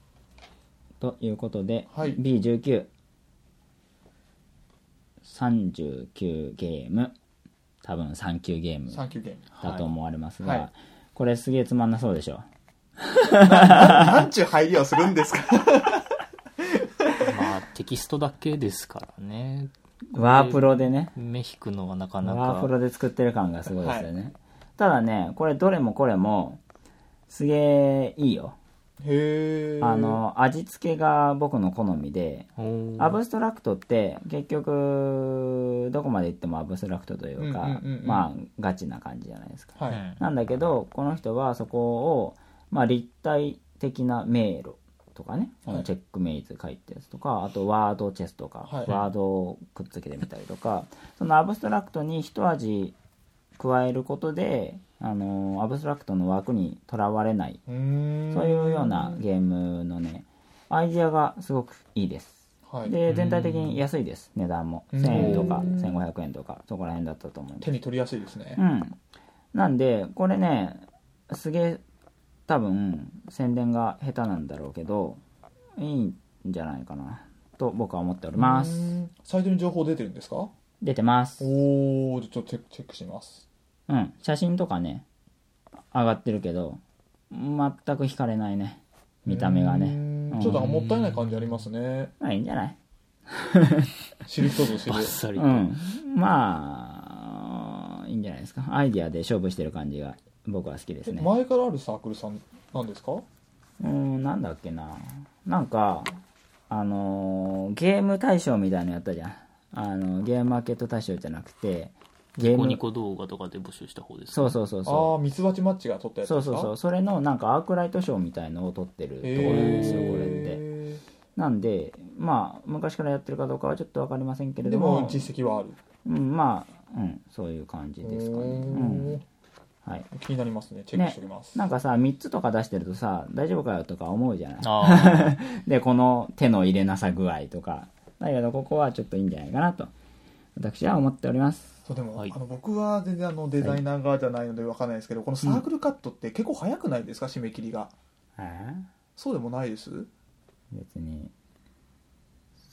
Speaker 1: ということで、
Speaker 2: はい
Speaker 1: B1939 ゲーム多分39ゲーム
Speaker 2: サンキューゲーム
Speaker 1: だと思われますが、
Speaker 2: はいはい
Speaker 1: これすげえつまんなそうでしょ
Speaker 2: なんちゅう入りをするんですか
Speaker 3: まあテキストだけですからね
Speaker 1: ワープロでね
Speaker 3: 目引くのはなかな
Speaker 1: ワープ
Speaker 3: か
Speaker 1: ロで作ってる感がすごいですよね、ただねこれどれもこれもすげえいいよ
Speaker 2: へえ
Speaker 1: あの味付けが僕の好みで
Speaker 3: おお
Speaker 1: アブストラクトって結局どこまで行ってもアブストラクトというか、
Speaker 2: うんうんうんうん
Speaker 1: まあガチな感じじゃないですか
Speaker 2: はい、
Speaker 1: なんだけどこの人はそこを、まあ、立体的な迷路とかね、
Speaker 2: はい
Speaker 1: チェックメイズ書いたやつとかあとワードチェスとか、
Speaker 2: はい
Speaker 1: ワードをくっつけてみたりとかそのアブストラクトに一味加えることであのアブストラクトの枠にとらわれない
Speaker 2: そ
Speaker 1: そういうようなゲームのねアイディアがすごくいいです
Speaker 2: はい、
Speaker 1: で全体的に安いです値段も
Speaker 2: うん
Speaker 1: 1000円とか
Speaker 2: うん
Speaker 1: 1500円とかそこら辺だったと思います
Speaker 2: 手に取りやすいですね
Speaker 1: う、ん、なんでこれねすげえ多分宣伝が下手なんだろうけどいいんじゃないかなと僕は思っておりま
Speaker 2: う
Speaker 1: す
Speaker 2: んサイトに情報出てるんですか
Speaker 1: 出てます
Speaker 2: おおちょっとチェックチェックします
Speaker 1: うん写真とかね上がってるけど全く惹かれないね見た目が
Speaker 2: う
Speaker 1: ね
Speaker 2: ん
Speaker 1: うん
Speaker 2: ちょっとなんかもったいない感じありますね
Speaker 1: まあいいんじゃない
Speaker 2: 知る人ぞ知る
Speaker 3: バッサリ
Speaker 1: う
Speaker 3: と
Speaker 1: んまあいいんじゃないですかアイディアで勝負してる感じが僕は好きです
Speaker 2: え
Speaker 1: ね
Speaker 2: 前からあるサークルさんなんですか
Speaker 1: うーんなんだっけななんかあのーゲーム大賞みたいなのやったじゃんあのゲームマーケット大賞じゃなくてゲー
Speaker 3: ニコ
Speaker 1: ム
Speaker 3: ニコ動画とかで募集した方です
Speaker 1: そう
Speaker 3: う
Speaker 1: そうそう
Speaker 2: あ
Speaker 1: そ
Speaker 2: あミツバチマッチが撮った
Speaker 1: う
Speaker 2: やつ
Speaker 1: そ
Speaker 2: で
Speaker 1: う
Speaker 2: す
Speaker 1: そ
Speaker 2: か
Speaker 1: うそうそれのなんかアークライト賞みたいのを取ってるところ
Speaker 2: へ
Speaker 1: なんですよこれって
Speaker 2: え
Speaker 1: なんでまあ昔からやってるかどうかはちょっと分かりませんけれ
Speaker 2: で
Speaker 1: ども
Speaker 2: も実績はある
Speaker 1: うん、まあ、うん、そういう感じですかね、うん
Speaker 2: おー
Speaker 1: はい、
Speaker 2: 気になりますねチェックしておきます、
Speaker 1: なんかさ3つとか出してるとさ大丈夫かよとか思うじゃない
Speaker 3: ああ
Speaker 1: でこの手の入れなさ具合とかだけどここはちょっといいんじゃないかなと私は思っております
Speaker 2: そうでも、
Speaker 3: はい
Speaker 2: あの僕は全然あのデザイナー側じゃないのでわかんないですけど、このサークルカットって結構早くないですか締め切りが
Speaker 1: え
Speaker 2: そうでもないです
Speaker 1: 別に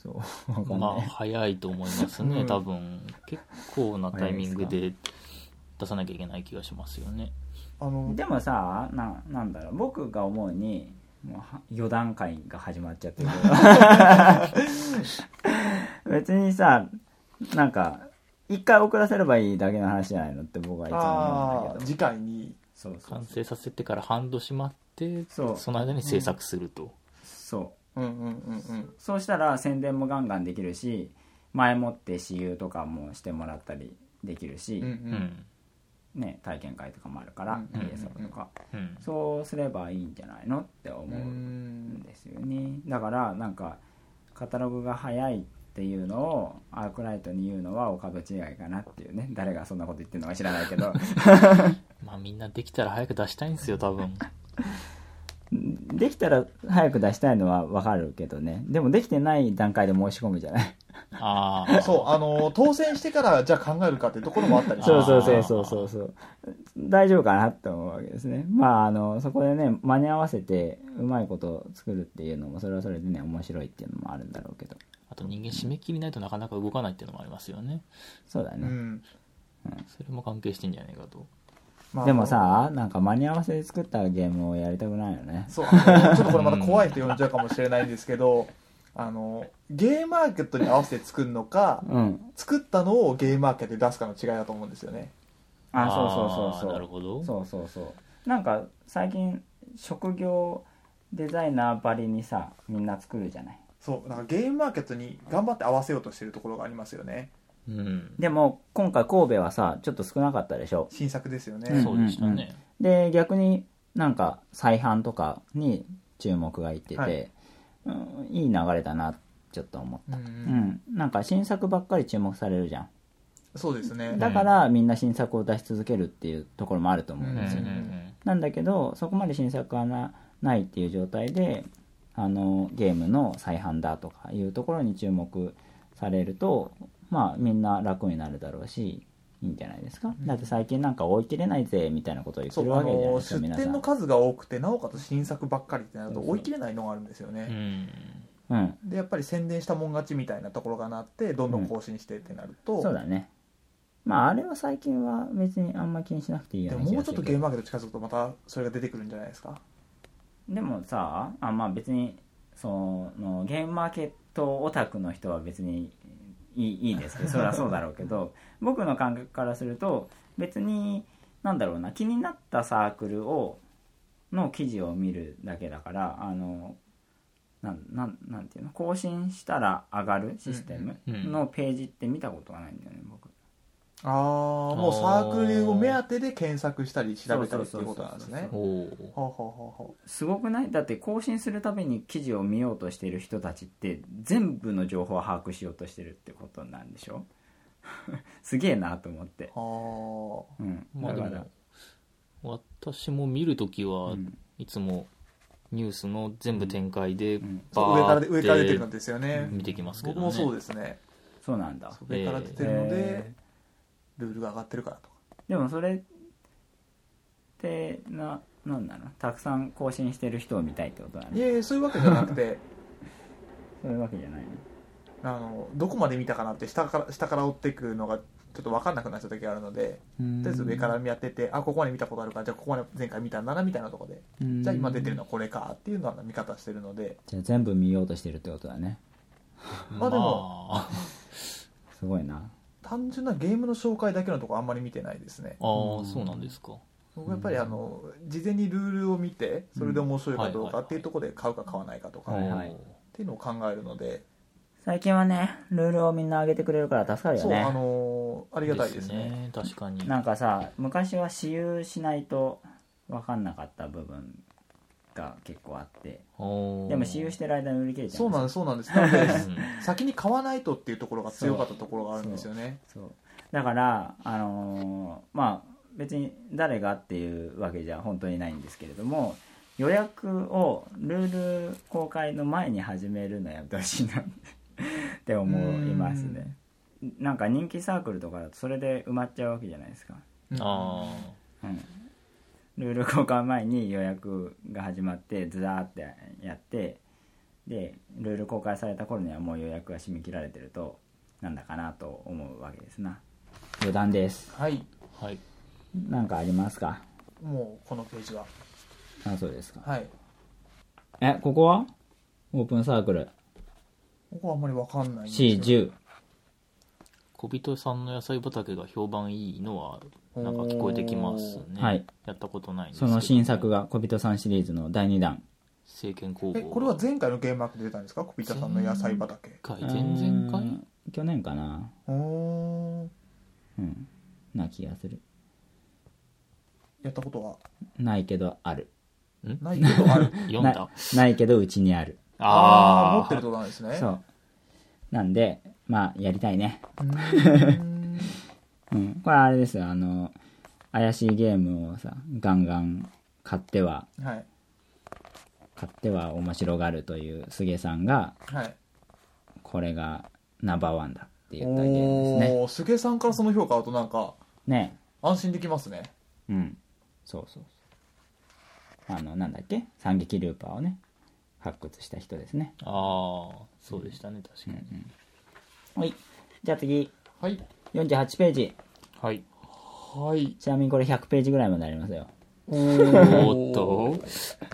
Speaker 1: そうわかん
Speaker 3: まあ
Speaker 1: ない、
Speaker 3: 早いと思いますね、
Speaker 2: うん
Speaker 3: 多分結構なタイミングで出さなきゃいけない気がしますよね
Speaker 2: あの
Speaker 1: でもさななんだろう僕が思うにもうは余談会が始まっちゃって るけど別にさなんか一回遅らせればいいだけの話じゃないのって僕はいつも思
Speaker 2: あ
Speaker 1: うん
Speaker 2: あ
Speaker 1: だけど
Speaker 2: 次回に
Speaker 1: そうそう
Speaker 3: 完成させてから半年待って
Speaker 1: そう
Speaker 3: その間に制作すると、
Speaker 1: そう
Speaker 2: うんうんうん
Speaker 1: そうしたら宣伝もガンガンできるし前もって私有とかもしてもらったりできるし、
Speaker 2: うんうんう
Speaker 3: うんん
Speaker 1: ね、体験会とかもあるから、
Speaker 2: うんうんうん
Speaker 1: PSO とか
Speaker 3: うん
Speaker 1: そうすればいいんじゃないのって思
Speaker 2: う
Speaker 1: うん
Speaker 2: ん
Speaker 1: ですよねだからなんかカタログが早いっていうのをアークライトに言うのはお門違いかなっていうね誰がそんなこと言ってるのか知らないけ ど
Speaker 3: まあみんなできたら早く出したいんですよ多 分
Speaker 1: できたら早く出したいのはわかるけどねでもできてない段階で申し込むじゃない
Speaker 3: あ
Speaker 2: うん
Speaker 3: あ
Speaker 2: そうあの当選してからじゃあ考えるかってところもあったり
Speaker 1: そうそう
Speaker 3: あ
Speaker 1: そ
Speaker 3: ー
Speaker 1: うそうそうそう大丈夫かなって思うわけですねまああのそこでね間に合わせてうまいこと作るっていうのもそれはそれでね面白いっていうのもあるんだろうけど
Speaker 3: あと人間締め切りないとなかなか動かないっていうのもありますよね
Speaker 1: そうだ
Speaker 2: う
Speaker 1: ね、
Speaker 2: ん
Speaker 3: それも関係してんじゃないかと
Speaker 2: まあ
Speaker 1: でもさなんか間に合わせで作ったゲームをやりたくないよね
Speaker 2: そうあのちょっとこれまた怖いと呼んじゃうかもしれないんです けどあのゲームマーケットに合わせて作るのか
Speaker 1: うん
Speaker 2: 作ったのをゲームマーケットで出すかの違いだと思うんですよね
Speaker 1: あそうそうそうそう
Speaker 3: あーなるほど
Speaker 1: そうそうそうなんか最近職業デザイナーばりにさみんな作るじゃない
Speaker 2: そうなんかゲームマーケットに頑張って合わせようとしてるところがありますよね
Speaker 3: うん
Speaker 1: でも今回神戸はさちょっと少なかったでしょ
Speaker 2: 新作ですよね、
Speaker 1: うん
Speaker 3: そうでしたね、
Speaker 1: で逆になんか再販とかに注目がいってて、
Speaker 2: はい
Speaker 1: いうん、いい流れだなちょっと思
Speaker 2: うんう
Speaker 1: う、うんん、なんか新作ばっかり注目されるじゃ
Speaker 2: そうですね
Speaker 1: んだからみんな新作を出し続けるっていうところもあると思うん
Speaker 3: うんう
Speaker 1: で
Speaker 3: ん
Speaker 1: す
Speaker 3: う
Speaker 1: よ、
Speaker 3: ん
Speaker 1: なんだけどそこまで新作がなないっていう状態であのゲームの再販だとかいうところに注目されるとまあみんな楽になるだろうしいいんじゃないですか、
Speaker 2: うん
Speaker 1: だって最近なんか追い切れないぜみたいなことを言って
Speaker 2: そう
Speaker 1: る
Speaker 2: あ
Speaker 1: わけじゃない
Speaker 2: の
Speaker 1: ですか
Speaker 2: 出
Speaker 1: 皆さ
Speaker 2: 店
Speaker 1: ん
Speaker 2: の数が多くてなおかつ新作ばっかりってなると
Speaker 1: そうそう
Speaker 2: 追い切れないのがあるんですよ
Speaker 3: う
Speaker 2: ね
Speaker 3: ん
Speaker 1: うん
Speaker 2: でやっぱり宣伝したもん勝ちみたいなところがなってどんどん更新してってなると、
Speaker 1: そうだねまああれは最近は別にあんま気にしなくていい
Speaker 2: で
Speaker 1: よ
Speaker 2: も
Speaker 1: ね
Speaker 2: もうちょっとゲームマーケット近づくとまたそれが出てくるんじゃないですか
Speaker 1: でもさあまあ別にそのゲームマーケットオタクの人は別にいいいいですけどそれはそうだろうけど僕の感覚からすると別になんだろうな気になったサークルをの記事を見るだけだからあのなんなんなんていうの更新したら上がるシステム
Speaker 3: うんうんうん
Speaker 1: のページって見たことがないんだよね僕
Speaker 2: ああもうサークルを目当てで検索したり調べたりっていうことなんです
Speaker 1: そうそうそうそう
Speaker 2: ね
Speaker 1: そう
Speaker 3: お
Speaker 2: ほ
Speaker 3: お
Speaker 2: うほうほうほう
Speaker 1: すごくないだって更新するために記事を見ようとしている人たちって全部の情報を把握しようとしてるってことなんでしょ すげえなと思って、
Speaker 2: ああ
Speaker 1: うん、
Speaker 3: まあで
Speaker 1: だから
Speaker 3: も私も見るときは
Speaker 1: うん
Speaker 3: いつもニュースの全部展開で
Speaker 1: うん
Speaker 2: そう上から
Speaker 3: バ
Speaker 2: で上から出てる
Speaker 3: ー
Speaker 2: ん
Speaker 3: って
Speaker 2: ですよね、
Speaker 3: 見てきますけ
Speaker 2: 僕
Speaker 3: どね
Speaker 2: もそうですね
Speaker 1: そうなんだ
Speaker 2: 上から出てるので、ルールが上がってるからとか
Speaker 1: でもそれってななんなのたくさん更新してる人を見たいってことなの
Speaker 2: いえいえそういうわけじゃなくて
Speaker 1: そういうわけじゃないの
Speaker 2: あのどこまで見たかなって下から下から追っていくのがちょっと分かんなくなっちゃう時があるのでとりあえず上からやっててあここまで見たことあるからじゃあここまで前回見たんだなみたいなとこでじゃあ今出てるのはこれかっていうのは見方してるので
Speaker 1: じゃあ全部見ようとしてるってことだね
Speaker 2: まあで
Speaker 3: も
Speaker 1: すごいな
Speaker 2: 単純なゲームの紹介だけのとこあんまり見てないですね
Speaker 3: ああそうなんですか
Speaker 2: 僕やっぱりあの事前にルールを見てそれで面白いかどう
Speaker 3: はいは
Speaker 2: か
Speaker 3: いはい
Speaker 2: っていうところで買うか買わないかとか
Speaker 1: はい
Speaker 2: っ
Speaker 1: はい
Speaker 3: おー
Speaker 2: ていうのを考えるので
Speaker 1: 最近はねルールをみんな上げてくれるから助かるよ
Speaker 2: そう、あ
Speaker 1: ね
Speaker 2: のーありがたいですね。
Speaker 3: 確かに
Speaker 1: なんかさ昔は私有しないと分かんなかった部分が結構あってで
Speaker 3: で
Speaker 1: も私有してる間に売り切れちゃ
Speaker 2: そうなん
Speaker 1: ん
Speaker 2: で、
Speaker 1: です
Speaker 2: そうなんです。なので、先に買わないとっていうところが強かったところがあるんですよね。
Speaker 1: すそうだからあのーまあ別に誰がっていうわけじゃ本当にないんですけれども予約をルール公開の前に始めるのやってほしいな って思いますねなんか人気サークルとかだとそれで埋まっちゃうわけじゃないですか
Speaker 2: うん
Speaker 3: あ
Speaker 1: うんルール交換前に予約が始まってずらーってやってでルール公開された頃にはもう予約が締め切られてるとなんだかなと思うわけですな余談です
Speaker 2: はい。
Speaker 3: あはい
Speaker 1: なんかありますか
Speaker 2: もう、このページは。
Speaker 1: あそうですか
Speaker 2: はい。
Speaker 1: えここはオープンサークル
Speaker 2: ここはあんまりわかんないんですよ。
Speaker 1: C10
Speaker 3: 小人さんの野菜畑が評判いいのはなんか聞こえてきますね
Speaker 1: はい
Speaker 3: やったことないんですけ
Speaker 1: そ
Speaker 3: ど
Speaker 1: の新作が小人さんシリーズの第2弾
Speaker 3: 政権工
Speaker 2: え、
Speaker 3: 房
Speaker 2: これは前回のゲームマークで出たんですかコピタさんの野菜畑。
Speaker 3: 回前々
Speaker 1: うー
Speaker 3: 回
Speaker 1: ん去年かな
Speaker 2: うーん。
Speaker 1: うんな気がする
Speaker 2: やったことは
Speaker 1: ないけどある
Speaker 2: ないけどある。
Speaker 3: 読んだ
Speaker 1: なないけどうちにある
Speaker 2: ああ、持
Speaker 3: あ
Speaker 2: って
Speaker 3: ー
Speaker 2: るとなんですね。
Speaker 1: そうなんでまあやりたいね
Speaker 2: うーん。
Speaker 1: うんこれあれですよあの怪しいゲームをさガンガン買っては
Speaker 2: はい。
Speaker 1: 買っては面白がるという菅さんが
Speaker 2: はい。
Speaker 1: これがナンバーワンだって言ったゲームですね
Speaker 2: おー、すげさんからその評価あるとなんか、
Speaker 1: ね
Speaker 2: 安心できますね。
Speaker 1: うんそうそうそうあのなんだっけ三撃ルーパーをね発掘した人ですね
Speaker 3: あーそうでしたね確かに
Speaker 1: はいじゃあ次
Speaker 2: はい。
Speaker 1: 48ページ
Speaker 3: はい
Speaker 2: はい。
Speaker 1: ちなみにこれ100ページぐらいまでありますよ
Speaker 2: お
Speaker 3: おーっ
Speaker 2: ー。
Speaker 3: と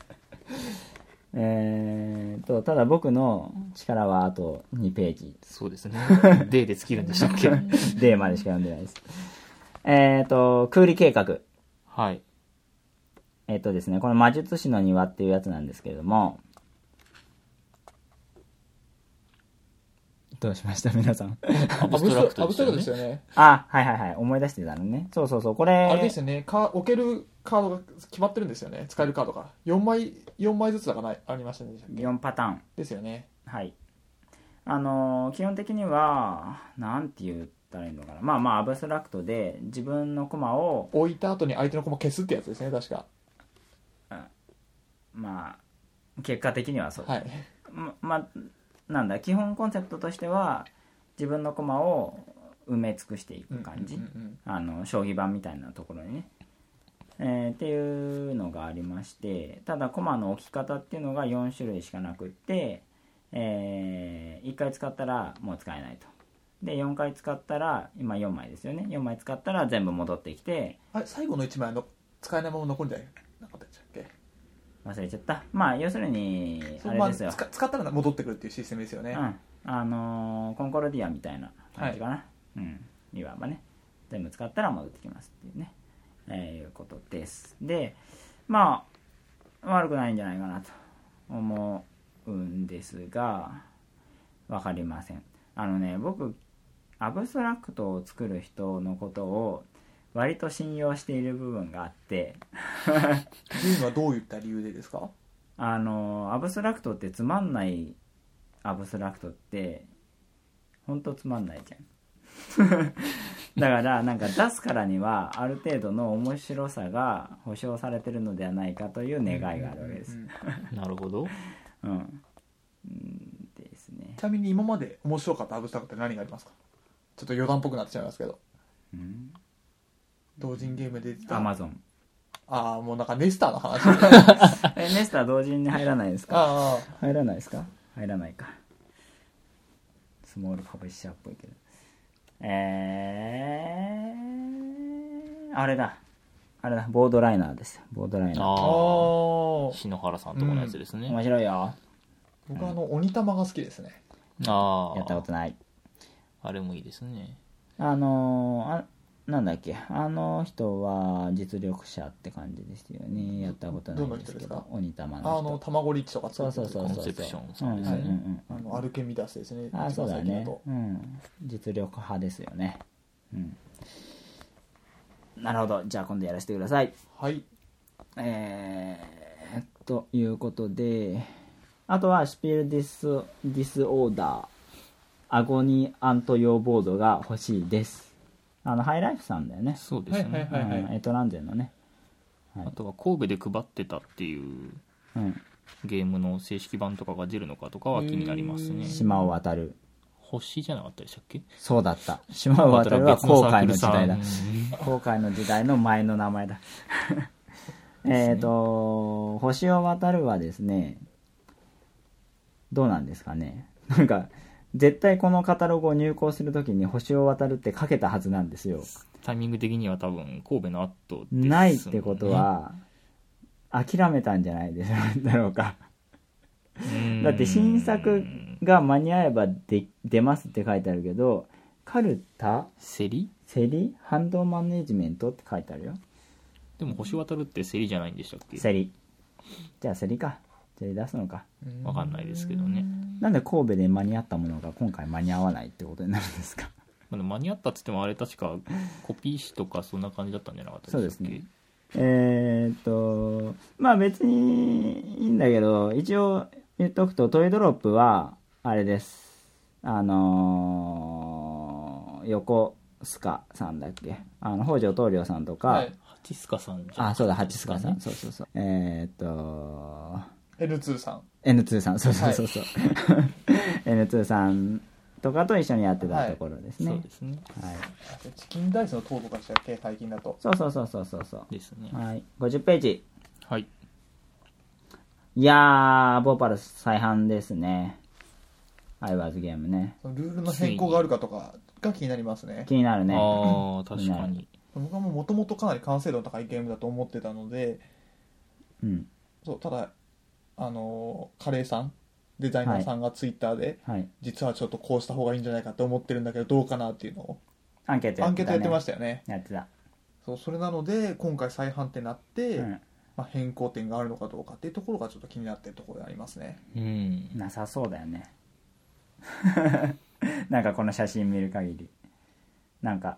Speaker 1: えー、とただ僕の力はあと2ページ
Speaker 3: そうですね D で尽きるんでしたっけ
Speaker 1: でまでしか読んでないですえっと空理計画
Speaker 3: はい
Speaker 1: えっ、とですねこの魔術師の庭っていうやつなんですけれどもどうしました皆さん
Speaker 3: アブストラクト
Speaker 2: アブストラクト
Speaker 3: で
Speaker 2: ですす
Speaker 3: よ
Speaker 2: よ
Speaker 3: ね
Speaker 2: ね。
Speaker 1: あはいはいはい思い出してたのねそうそうそうこれ
Speaker 2: あれですよね。か置けるカードが決まってるんですよね。使えるカードが。4枚、四枚ずつだかないありましたね。
Speaker 1: 4パターン
Speaker 2: ですよね。
Speaker 1: はいあのー基本的にはなんて言ったらいいのかなまあまあアブストラクトで自分の駒を
Speaker 2: 置いた後に相手の駒消すってやつですね、確か。
Speaker 1: まあ結果的にはそうです
Speaker 2: はい。
Speaker 1: ままなんだ基本コンセプトとしては自分の駒を埋め尽くしていく感じ、
Speaker 2: うんうんうん
Speaker 1: あの将棋盤みたいなところにね、えーっていうのがありましてただ駒の置き方っていうのが4種類しかなくって、え1回使ったらもう使えないとで4回使ったら今4枚ですよね4枚使ったら全部戻ってきて
Speaker 2: あれ、最後の1枚の使えないまま残るんじゃなかったでしたっけ
Speaker 1: 忘れちゃったまあ要するに
Speaker 2: そ
Speaker 1: あ
Speaker 2: う
Speaker 1: れ
Speaker 2: まあ
Speaker 1: ですよ
Speaker 2: 使使ったら戻ってくるっていうシステムですよね。
Speaker 1: うん、あのーコンコルディアみたいな感じかな、うんいわばね全部使ったら戻ってきますっていうね、えーいうことですでまあ悪くないんじゃないかなと思うんですが分かりませんあのね僕アブストラクトを作る人のことを割と信用している部分があって
Speaker 2: ジュンはどういった理由でですか
Speaker 1: あのアブストラクトってつまんないアブストラクトってほんとつまんないじゃん だからなんか出すからにはある程度の面白さが保証されてるのではないかという願いがあるわけです
Speaker 2: うんうんうん
Speaker 3: なるほど
Speaker 1: うん、うんですね
Speaker 2: ちなみに今まで面白かったアブストラクトって何がありますかちょっと余談っぽくなってしまいますけど。同人ゲームで出てた。
Speaker 1: アマゾン
Speaker 2: ああ、もうなんかネスターの話。あ
Speaker 1: えネスター同時に入らないですか
Speaker 2: あ、
Speaker 1: 入らないですか入らないかスモール株式者っぽいけどえー、あれだあれだボードライナーですよボードライナー
Speaker 2: あ
Speaker 3: あ
Speaker 2: あ
Speaker 3: あ。篠原さんとこのやつですね、
Speaker 1: 面白いよ
Speaker 2: 僕はあの、鬼玉が好きですね。
Speaker 3: ああ
Speaker 1: やったことない
Speaker 3: あれもいいですね
Speaker 1: あのーあなんだっけあの人は実力者って感じですよねやったことないんですけど
Speaker 2: どの人ですか
Speaker 1: 鬼玉
Speaker 2: あ
Speaker 1: の
Speaker 2: の
Speaker 1: 人
Speaker 2: 卵リッチとか
Speaker 1: そうそうそう
Speaker 2: 作
Speaker 1: そ
Speaker 2: っ
Speaker 1: う
Speaker 2: て
Speaker 1: そ
Speaker 3: コ
Speaker 1: う
Speaker 3: ンセプション
Speaker 1: う
Speaker 3: さ
Speaker 1: ん
Speaker 3: ん
Speaker 1: う
Speaker 3: で
Speaker 1: ん
Speaker 3: すね
Speaker 2: るあのアルケミダスですね
Speaker 1: うんあそうだ
Speaker 2: 一
Speaker 1: ね
Speaker 2: 番最近と
Speaker 1: うん実力派ですよねうんなるほどじゃあ今度やらせてください
Speaker 2: はい
Speaker 1: えー、ということで、あとはシピールディスディスオーダー、アゴニアント用ボードが欲しいです。あの、ハイライフさんだよね。
Speaker 3: そうですね、
Speaker 2: はいはい
Speaker 1: うんエトランゼンのね。はい
Speaker 3: あとは神戸で配ってたっていう
Speaker 1: うん。
Speaker 3: ゲームの正式版とかが出るのかとかは気になりますね
Speaker 1: 島を渡る。
Speaker 3: 星じゃなかったでしたっけ
Speaker 1: そうだった。島を渡るは航海の時代だ
Speaker 3: うん。
Speaker 1: 航海の時代の前の名前だ。 えっと、星を渡るはですね、どうなんですかね。なんか、絶対このカタログを入稿するときに星を渡るって書けたはずなんですよ。
Speaker 3: タイミング的には多分神戸の後ですもんね
Speaker 1: ないってことは、諦めたんじゃないでしょうだろうか。
Speaker 3: うん
Speaker 1: だって新作が間に合えばで出ますって書いてあるけど、カルタ、
Speaker 3: セリ
Speaker 1: セリ、ハンドマネジメントって書いてあるよ。
Speaker 3: でも星渡るってセリじゃないんでしたっけ
Speaker 1: セリ。じゃあセリか。セリ出すのか。
Speaker 3: わかんないですけどね、
Speaker 1: なんで神戸で間に合ったものが今回間に合わないってことになるんですか
Speaker 3: まあ、でも間に合ったっつってもあれ確かコピー紙とかそんな感じだったんじゃなかったでし
Speaker 1: そ
Speaker 3: たっ
Speaker 1: う
Speaker 3: け
Speaker 1: です えーっと、まあ別にいいんだけど、一応言っとくとトイドロップは、あれです。あのー横須賀さんだっけあの、北条棟梁さんとか、
Speaker 2: はい
Speaker 3: ハチスカさんじゃ
Speaker 1: あ、そうだ、八須賀さん、
Speaker 3: ね
Speaker 1: そうそうそう。えーっと、
Speaker 2: L2 さん
Speaker 1: N2 さん、そうそうそうそう。N2 さんとかと一緒にやってたところですね。
Speaker 3: そうですね
Speaker 1: はい
Speaker 2: チキンダイスの糖とかでしたっけ最近だと
Speaker 1: そうそうそうそうそうそう。
Speaker 3: ですね
Speaker 1: はい、50ページ。
Speaker 3: はい
Speaker 1: いやー、ボーパル再販ですね。アイワーズゲームね。
Speaker 2: そのルールの変更があるかとかが気になりますね
Speaker 1: 気になるね。
Speaker 3: ああ確かに
Speaker 2: 僕はもともとかなり完成度の高いゲームだと思ってたので
Speaker 1: うん。
Speaker 2: そうただあのーカレーさんデザイナーさんがツイッターで、
Speaker 1: はい。
Speaker 2: 実はちょっとこうした方がいいんじゃないかって思ってるんだけどどうかなっていうのを
Speaker 1: アンケート
Speaker 2: ア
Speaker 1: やっ
Speaker 2: ン
Speaker 1: て
Speaker 2: ケー
Speaker 1: た、ね。
Speaker 2: トやってましたよね
Speaker 1: た。やってた。
Speaker 2: そうそれなので今回再販ってなって、
Speaker 1: うん。
Speaker 2: まあ、変更点があるのかどうかっていうところがちょっと気になってるところでありますね
Speaker 3: うん
Speaker 1: なさそうだよね。 なんかこの写真見る限り。なんか、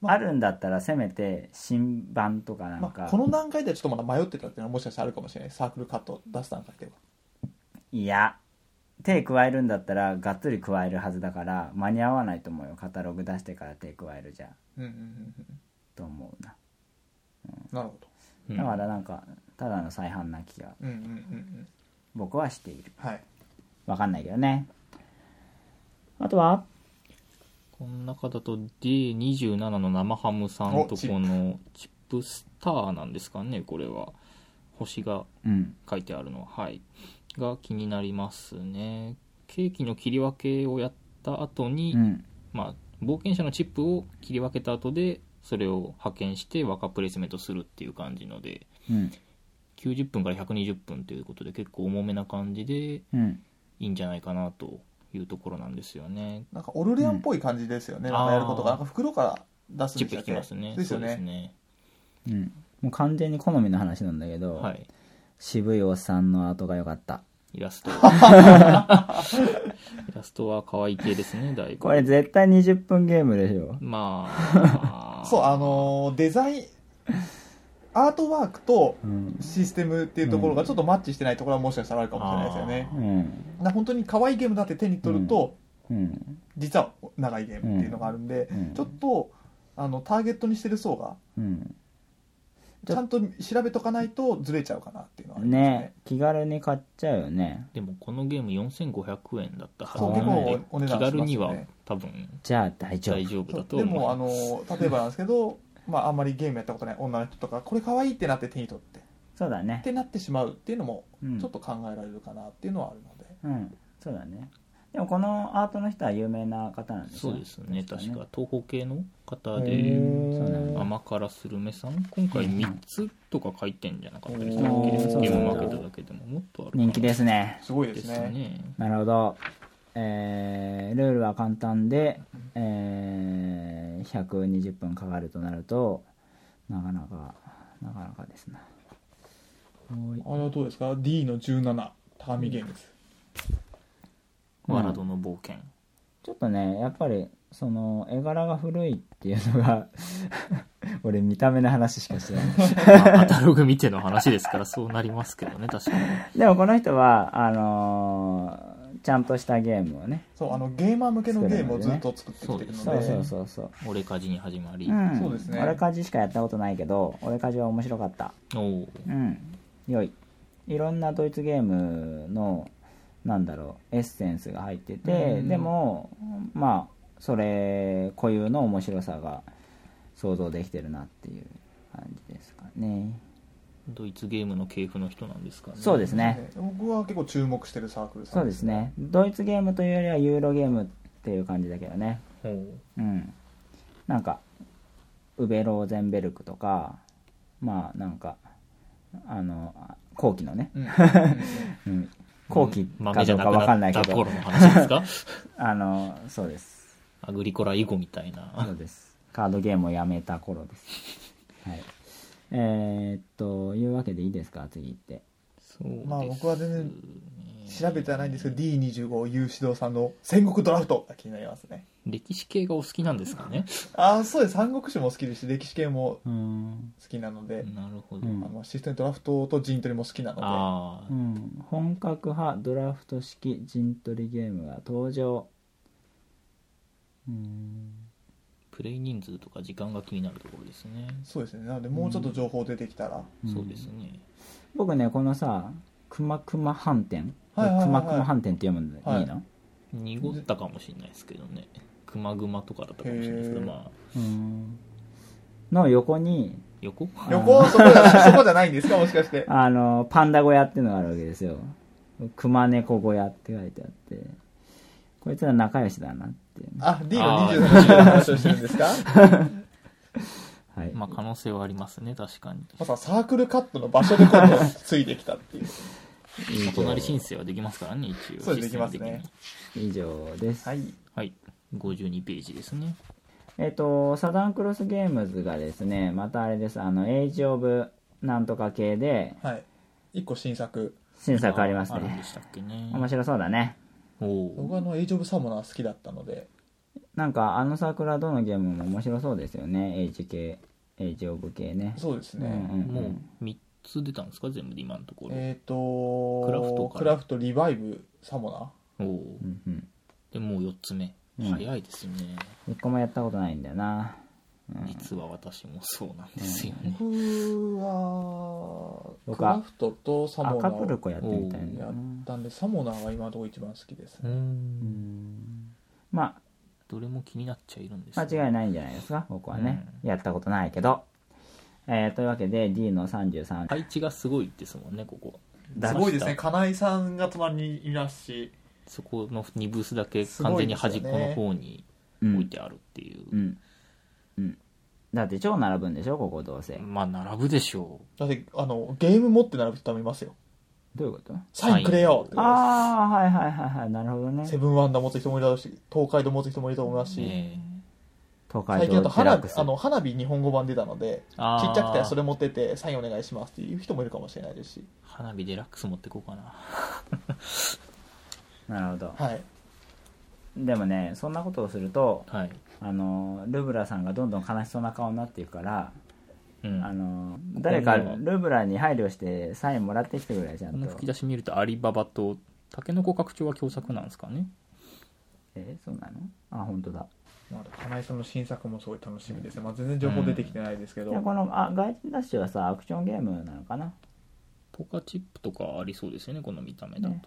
Speaker 2: まあ
Speaker 1: あるんだったらせめて新版とかなん
Speaker 2: ま
Speaker 1: か、
Speaker 2: あ、この段階ではちょっとまだ迷ってたっていうのはもしかしたらあるかもしれないサークルカット出す段階ではい
Speaker 1: や、手加えるんだったらがっつり加えるはずだから間に合わないと思うよ。カタログ出してから手加えるじゃ。
Speaker 2: うんうんうんう
Speaker 1: と思うな。
Speaker 2: んなるほど
Speaker 3: うん
Speaker 1: だからなんか、ただの再販な気が
Speaker 2: うんうんうんうん
Speaker 1: 僕はしている。
Speaker 2: はい
Speaker 1: わかんないけどね。あとは、
Speaker 3: この中だと D27 の生ハムさん
Speaker 2: お
Speaker 3: と
Speaker 2: チップ
Speaker 3: このチップスターなんですかねこれは星が
Speaker 1: うん。
Speaker 3: 書いてあるのははいが気になりますねケーキの切り分けをやった後に、
Speaker 1: うん。
Speaker 3: まあ、冒険者のチップを切り分けた後でそれを派遣して若プレイスメントするっていう感じので
Speaker 1: うん。
Speaker 3: 90分から120分ということで結構重めな感じで
Speaker 1: うん。
Speaker 3: いいんじゃないかなというところなんですよね
Speaker 2: なんかオルレアンっぽい感じですよね、
Speaker 3: うん
Speaker 2: なんかやることがな
Speaker 3: あー
Speaker 2: んか袋から出すん
Speaker 3: チ
Speaker 2: で
Speaker 3: ップ
Speaker 2: した
Speaker 3: 引
Speaker 2: っ
Speaker 3: き
Speaker 2: け
Speaker 3: ますね
Speaker 2: ですよ
Speaker 3: そうです
Speaker 2: ね
Speaker 3: ね
Speaker 1: うん。もう完全に好みの話なんだけど、
Speaker 3: はい
Speaker 1: 渋いおっさんの後が良かった。
Speaker 3: イラス トイラストは可愛い系ですねだいぶ
Speaker 1: これ絶対20分ゲームでしょ。
Speaker 3: まあ
Speaker 2: そうあのーデザインアートワークと
Speaker 1: うん。
Speaker 2: システムっていうところがちょっとマッチしてないところはもしかしたらあるかもしれないですよね
Speaker 3: あ
Speaker 1: うん。
Speaker 2: な本当に可愛いゲームだって手に取ると、
Speaker 1: うん。
Speaker 2: 実は長いゲームっていうのがあるんで、
Speaker 1: うん
Speaker 2: ちょっとあのターゲットにしてる層が
Speaker 1: うん。
Speaker 2: ちゃんと調べとかないとずれちゃうかなっていうのはありますね
Speaker 1: ね気軽に買っちゃうよね。
Speaker 3: でもこのゲーム4500円だったはず
Speaker 1: そう
Speaker 3: なの
Speaker 2: 結
Speaker 3: で
Speaker 2: 構お値
Speaker 3: 気
Speaker 2: 段しますよね
Speaker 3: 軽には多分
Speaker 1: じゃあ大丈夫。
Speaker 3: 大丈夫
Speaker 2: そ
Speaker 3: だ
Speaker 2: う
Speaker 3: と
Speaker 2: で
Speaker 3: 思い
Speaker 2: もあ
Speaker 3: ます
Speaker 2: の例えばなんですけど、 まあ、あんまりゲームやったことない女の人とかこれ可愛いってなって手に取って
Speaker 1: そうだね
Speaker 2: っ。てなってしまうっていうのも
Speaker 1: うん
Speaker 2: ちょっと考えられるかなっていうのはあるので、
Speaker 1: うん。そうだね。でもこのアートの人は有名な方なんです
Speaker 3: そうですね確か東方系の方
Speaker 1: へ
Speaker 3: で
Speaker 1: ーそうなんだ
Speaker 3: 甘辛スルメさん今回3つとか書いてんじゃなかったでしたっ
Speaker 1: おー
Speaker 3: けゲームマーケットだけでももっとあるかな
Speaker 1: 人気ですね。
Speaker 2: すごいで
Speaker 3: ですす
Speaker 2: ね
Speaker 3: ね
Speaker 1: なるほど。えールールは簡単で、えー120分かかるとなるとなかなかなかなかですなはい
Speaker 2: あれはどうですか D の17ターミゲームズ、
Speaker 3: ワラドの冒険、
Speaker 1: ちょっとねやっぱりその絵柄が古いっていうのが 俺見た目の話しかしてない
Speaker 3: まあ、アタログ見ての話です からそうなりますけどね確かに
Speaker 1: でもこの人はあのーちゃんとしたゲームをね
Speaker 2: そうあのゲーマー向けのゲームをずっと作ってきてるので
Speaker 1: そうそうそうそう、
Speaker 3: 俺かじに始まり、
Speaker 1: ん、
Speaker 2: そうですね
Speaker 1: 俺カジしかやったことないけど俺カジは面白かった
Speaker 3: おお
Speaker 1: うん良いいろんなドイツゲームのなんだろうエッセンスが入ってて
Speaker 2: うん
Speaker 1: でもまあそれ固有の面白さが想像できてるなっていう感じですかね
Speaker 3: ドイツゲームの系譜の人なんですかね
Speaker 1: そうですね
Speaker 2: 僕は結構注目してるサークルさ
Speaker 1: そ
Speaker 2: ん
Speaker 1: うですねドイツゲームというよりはユーロゲームっていう感じだけどね
Speaker 3: おう
Speaker 1: うんなんかウベローゼンベルクとかまあなんかあの後期のね、
Speaker 2: うん
Speaker 1: うん、後期
Speaker 3: 豆
Speaker 1: か
Speaker 3: じ
Speaker 1: どう
Speaker 3: ゃな
Speaker 1: か
Speaker 3: く
Speaker 1: わかんな
Speaker 3: ないっ
Speaker 1: け
Speaker 3: た
Speaker 1: ど
Speaker 3: 頃の話ですか
Speaker 1: あのそうです
Speaker 3: アグリコラ以後みたい
Speaker 1: そ
Speaker 3: な
Speaker 1: うですカードゲームをやめた頃ですはいえーっというわけでいいですか次行って
Speaker 3: そうです
Speaker 2: まあ僕は全然調べてはないんですけど D25 有志堂さんの戦国ドラフトが気になりますね
Speaker 3: 歴史系がお好きなんですかね
Speaker 2: ああそうです三国志も好きですし歴史系も
Speaker 1: うん、
Speaker 2: 好きなので、
Speaker 3: なるほど、
Speaker 1: うん
Speaker 2: あのシステムドラフトと陣取りも好きなの
Speaker 3: ああ
Speaker 1: うん、本格派ドラフト式陣取りゲームが登場うん
Speaker 3: プレイ人数とか時間が気になるところですね、
Speaker 2: でそうですねなのでもうちょっと情報出てきたら、
Speaker 1: うん
Speaker 3: そうですね
Speaker 1: 僕ねこのさ「くまくま飯店」
Speaker 2: はいはいはい
Speaker 1: くまくま飯店」って読むんで、、
Speaker 2: はいい
Speaker 1: いの
Speaker 3: 濁ったかもしれないですけどねくまぐまとかだったかもしれないですけど
Speaker 2: へー
Speaker 3: まあ
Speaker 1: うんの横に
Speaker 3: 横
Speaker 2: 旅行そこじゃないそこじゃないんですかもしかして
Speaker 1: あのパンダ小屋っていうのがあるわけですよ熊猫小屋って書いてあってこいつら仲良しだなっていうね
Speaker 2: あ D の
Speaker 3: あー
Speaker 2: 27の話をしてるんですか
Speaker 1: はい、
Speaker 3: まあ可能性はありますね確かに
Speaker 2: まさかサークルカットの場所で今度ついてきたっていう
Speaker 3: お隣申請はできますからね一応
Speaker 2: そうです
Speaker 3: システム
Speaker 2: でき
Speaker 3: 的
Speaker 2: ますね
Speaker 3: に
Speaker 1: 以上です、
Speaker 2: はい
Speaker 3: はい52ページですね
Speaker 1: えっ、とサダンクロスゲームズがですねまたあれですあのエイジ・オブなんとか系で
Speaker 2: はい一個新作
Speaker 1: 新作あります
Speaker 3: あるんで
Speaker 1: ね
Speaker 3: したっけね
Speaker 1: 面白そうだね
Speaker 3: おお
Speaker 2: 僕はあのエイジ・オブ・サモナー好きだったので
Speaker 1: なんかあの桜どのゲームも面白そうですよね H 系 H オブ系ね
Speaker 2: そうですね、
Speaker 1: うんうん、
Speaker 3: もう3つ出たんですか全部で今のところ、
Speaker 2: えっ、と
Speaker 3: クラフトか
Speaker 2: クラフトリバイブサモナー
Speaker 3: おお
Speaker 1: うんうん
Speaker 3: でもう4つ目
Speaker 1: うん
Speaker 3: 早いですね、
Speaker 1: 一個もやったことないんだよな
Speaker 3: 実は私もそうなんですよね、
Speaker 2: 僕は
Speaker 1: 僕
Speaker 2: ク
Speaker 1: は
Speaker 2: ラフトとサモ
Speaker 1: 赤
Speaker 2: ナー
Speaker 1: プルコやってみたいんだ
Speaker 2: や
Speaker 1: よ
Speaker 2: っ
Speaker 1: な
Speaker 2: たんでサモナーが今のところ一番好きです
Speaker 3: う
Speaker 2: ね、
Speaker 3: ん
Speaker 1: ま
Speaker 3: どれも気になっちゃいるんです
Speaker 1: あ
Speaker 3: けど
Speaker 1: 間違いないんじゃないですか僕はね、やったことないけど、えーというわけで D の33、
Speaker 3: 配置がすごいですもんねここ
Speaker 1: だ
Speaker 2: すごいですね金井さんが隣にいますし
Speaker 3: そこの2ブースだけ完全に端っこの方に
Speaker 1: うん
Speaker 3: 置いてあるっていう
Speaker 1: うんうんだって超並ぶんでしょここどうせ
Speaker 3: まあ並ぶでしょう
Speaker 2: だってあのゲーム持って並ぶ人もいますよ
Speaker 1: どういうこと
Speaker 2: サインくれよって
Speaker 1: ああはいはいはいはいなるほどね
Speaker 2: セブンワンダー持つ人もいるだろうし東海道持つ人もいると思いますし、
Speaker 3: え
Speaker 1: 東海
Speaker 2: 最
Speaker 1: 道
Speaker 2: 近だと
Speaker 1: デラッ
Speaker 2: 花
Speaker 1: クス
Speaker 2: あの花火日本語版出たのでち
Speaker 3: あー
Speaker 2: っちゃくてそれ持っててサインお願いしますっていう人もいるかもしれないですし
Speaker 3: え花火デラックス持ってこうかな
Speaker 1: なるほど
Speaker 2: はい
Speaker 1: でもねそんなことをすると
Speaker 3: はい、
Speaker 1: あのルブラさんがどんどん悲しそうな顔になっていくから、
Speaker 3: うん、
Speaker 1: あ
Speaker 3: こ
Speaker 1: の誰か
Speaker 3: ここには
Speaker 1: ルブラに配慮してサインもらってきてくれちゃん
Speaker 3: の
Speaker 1: と
Speaker 3: 吹き出し見るとアリババとタケノコ拡張は共作なんですかね
Speaker 1: えそうなのあ本当だ
Speaker 2: なので金井さんの新作もすごい楽しみですね、まあ、全然情報出てきてないですけど、
Speaker 1: じゃあこのあ外人ダッシュはさアクションゲームなのかな
Speaker 3: ポカチップとかありそうですよねこの見た目だと、
Speaker 1: ね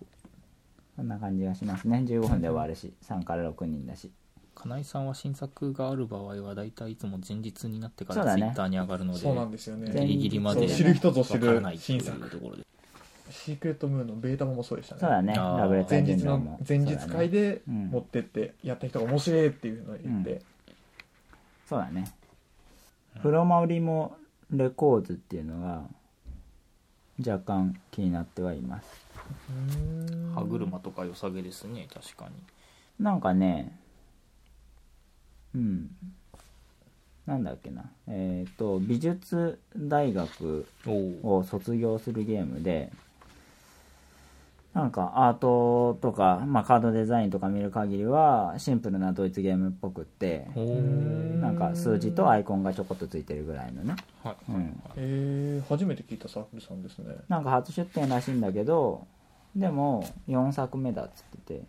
Speaker 1: そんな感じがしますね15分で終わるし3から6人だし
Speaker 3: 金井さんは新作がある場合は大体いつも前日になってか
Speaker 1: そうだ
Speaker 3: らツイ
Speaker 1: ね
Speaker 3: ッターに上がるので
Speaker 2: そうなんですよね
Speaker 1: 全
Speaker 3: ギリギリまで
Speaker 1: そう知る
Speaker 2: 人ぞ知る
Speaker 3: わからないっていう
Speaker 2: 新作
Speaker 3: ところで
Speaker 2: シークレットムーンのベータ版もそうでしたね
Speaker 1: そうだね
Speaker 3: あー
Speaker 1: ラブレタ
Speaker 2: 前
Speaker 1: ー
Speaker 2: 日
Speaker 1: 人狼
Speaker 2: の
Speaker 1: も
Speaker 2: 前日会で
Speaker 1: うん
Speaker 2: 持ってってやった人が面白いっていうのを言って、
Speaker 1: そうだねフロマウリもレコーズっていうのが若干気になってはいます
Speaker 2: うーん
Speaker 3: 歯車とか良さげですね確かに
Speaker 1: なんかね、うん、なんだっけな、えっと美術大学
Speaker 3: おお
Speaker 1: を卒業するゲームでなんかアートとか、まあ、カードデザインとか見る限りはシンプルなドイツゲームっぽくって
Speaker 3: おお
Speaker 1: なんか数字とアイコンがちょこっとついてるぐらいのね、
Speaker 3: はい
Speaker 1: うん、
Speaker 2: えー、初めて聞いたサークルさんですね
Speaker 1: なんか初出店らしいんだけどでも4作目だっつってて、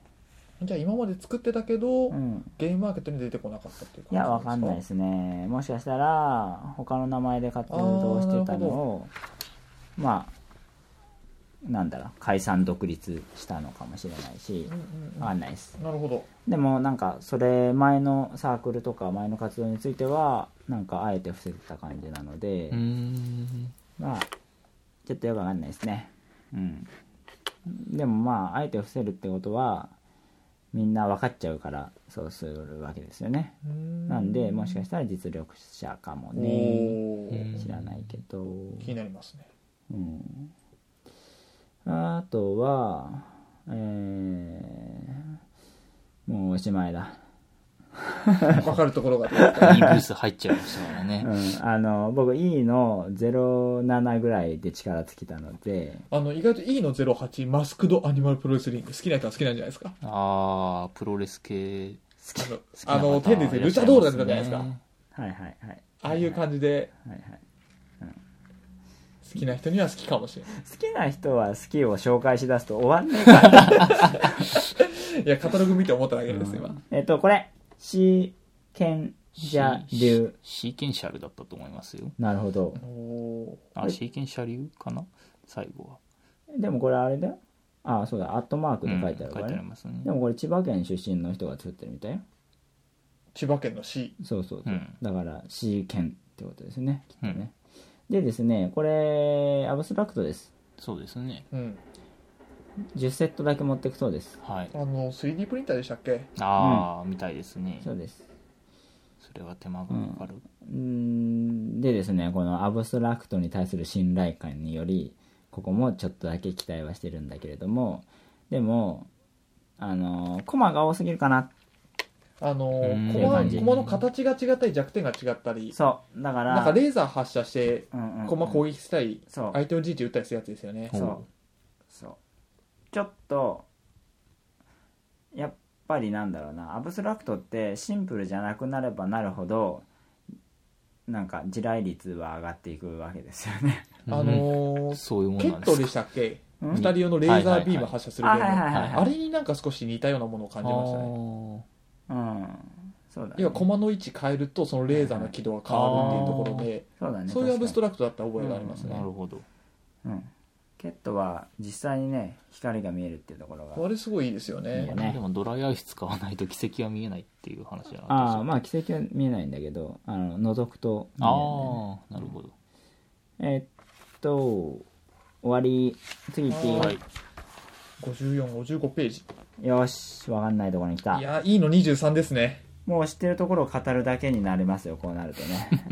Speaker 2: じゃあ今まで作ってたけど、
Speaker 1: うん、
Speaker 2: ゲームマーケットに出てこなかったっていう感じ
Speaker 1: いやわかんないですねもしかしたら他の名前で活動してたのをまあなんだろう解散独立したのかもしれないし
Speaker 2: うんうんうん
Speaker 1: わかんないです
Speaker 2: なるほど
Speaker 1: でもなんかそれ前のサークルとか前の活動についてはなんかあえて伏せてた感じなので、
Speaker 3: うーん
Speaker 1: まあちょっとよくわかんないですねうんでもまああえて伏せるってことはみんな分かっちゃうからそうするわけですよねなんでもしかしたら実力者かも
Speaker 2: お
Speaker 1: ね
Speaker 2: ー
Speaker 3: うん
Speaker 1: 知らないけど
Speaker 2: 気になりますね
Speaker 1: うんあとはえー、もうおしまいだ
Speaker 2: わかるところがあ
Speaker 3: E ブース入っちゃいましたからね
Speaker 1: うん、あの僕 E の07ぐらいで力尽きたので
Speaker 2: の意外と E の08マスクドアニマルプロレスリング好きな人は好きなんじゃないですか
Speaker 3: ああプロレス系
Speaker 2: あの
Speaker 3: 好きな
Speaker 2: あ
Speaker 3: 方
Speaker 2: の天ですねルチャドールだったじゃないですか
Speaker 3: いらっしゃいますね
Speaker 1: はいはいはい
Speaker 2: ああいう感じで
Speaker 1: はいはい
Speaker 2: 好きな人には好きかもしれな
Speaker 1: 好きな人は好きを紹介しだすと終わんねえから
Speaker 2: いいやカタログ見て思っただけです今
Speaker 1: えっとこれシーケンジャ流
Speaker 3: シーケンシャルだったと思いますよ
Speaker 1: なるほど
Speaker 2: お
Speaker 3: あシーケンシャ流かな最後は
Speaker 1: でもこれあれだよあそうだアットマークで書いてある
Speaker 3: う
Speaker 1: か
Speaker 3: ん書い
Speaker 1: ら
Speaker 3: てあ
Speaker 1: ね
Speaker 3: り、ますね
Speaker 1: でもこれ千葉県出身の人が作ってるみたいよ
Speaker 2: 千葉県の C
Speaker 1: そうそう
Speaker 3: う
Speaker 1: そう、
Speaker 3: ん
Speaker 1: だからシーケンってことですねきっと
Speaker 3: うん
Speaker 1: ね、でですねこれアブストラクトです
Speaker 3: そうですね
Speaker 2: うん
Speaker 1: 10セットだけ持ってくそうです
Speaker 3: はい
Speaker 2: あの 3D プリンターでしたっけ
Speaker 3: ああ、みたいですね
Speaker 1: そうです
Speaker 3: それは手間がかかる、
Speaker 1: うーんでですねこのアブストラクトに対する信頼感によりここもちょっとだけ期待はしてるんだけれどもでもあのコマが多すぎるかな
Speaker 2: あの
Speaker 3: うん
Speaker 2: コマ
Speaker 1: うん
Speaker 2: コマの形が違ったり弱点が違ったり
Speaker 1: そうだから
Speaker 2: なんかレーザー発射して
Speaker 1: うんうん
Speaker 2: コマ攻撃したり
Speaker 1: そう
Speaker 2: 相手をじいじ打ったりするやつですよね
Speaker 1: そうそうちょっとやっぱりなんだろうなアブストラクトってシンプルじゃなくなればなるほどなんか地雷率は上がっていくわけですよね
Speaker 2: あのー
Speaker 3: そういうも
Speaker 2: ケ
Speaker 3: んなん
Speaker 2: ッ
Speaker 3: で
Speaker 2: ト
Speaker 3: す
Speaker 2: で
Speaker 3: か
Speaker 2: したっけ
Speaker 1: うん
Speaker 2: 二人用のレーザービーム発射するゲーム、
Speaker 1: はいはいはいはい
Speaker 2: あれになんか少し似たようなものを感じました
Speaker 1: う
Speaker 2: ね
Speaker 1: んそうだね
Speaker 2: 要は駒の位置変えるとそのレーザーの軌道が変わるっていうところで、
Speaker 1: そうだね
Speaker 2: そういうアブスト
Speaker 1: ラ
Speaker 2: ラクトだった覚えがあります
Speaker 3: あー
Speaker 2: ね、
Speaker 3: なるほど
Speaker 1: うんケットは実際にね光が見えるっていうところが
Speaker 2: あれすごいいいですよ
Speaker 1: いいよ
Speaker 2: ね
Speaker 1: ね
Speaker 3: でもドライアイス使わないと奇跡は見えないっていう話じゃなかったでし
Speaker 1: あ
Speaker 3: ょ
Speaker 1: あまあ奇跡は見えないんだけどあの覗くと見えるん
Speaker 3: あーなるほ
Speaker 1: だよね
Speaker 3: ど
Speaker 1: えっと終わり次行っていい、
Speaker 2: は
Speaker 3: はいい
Speaker 2: 5455ページ
Speaker 1: よしわかんないところに来た
Speaker 2: いやいいの23ですね
Speaker 1: もう知ってるところを語るだけになりますよ、こうなると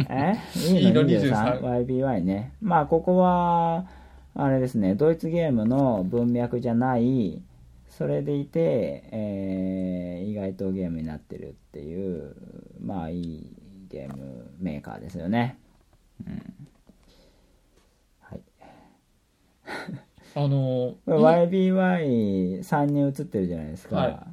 Speaker 1: ね。え
Speaker 2: いいの
Speaker 1: ?23?YBY ね。まあ、ここは、あれですね、ドイツゲームの文脈じゃない、それでいて、えー意外とゲームになってるっていう、まあ、いいゲームメーカーですよね。うん。はい。
Speaker 2: あの
Speaker 1: これ
Speaker 2: ー
Speaker 1: YBY3 人映ってるじゃないですか。
Speaker 2: は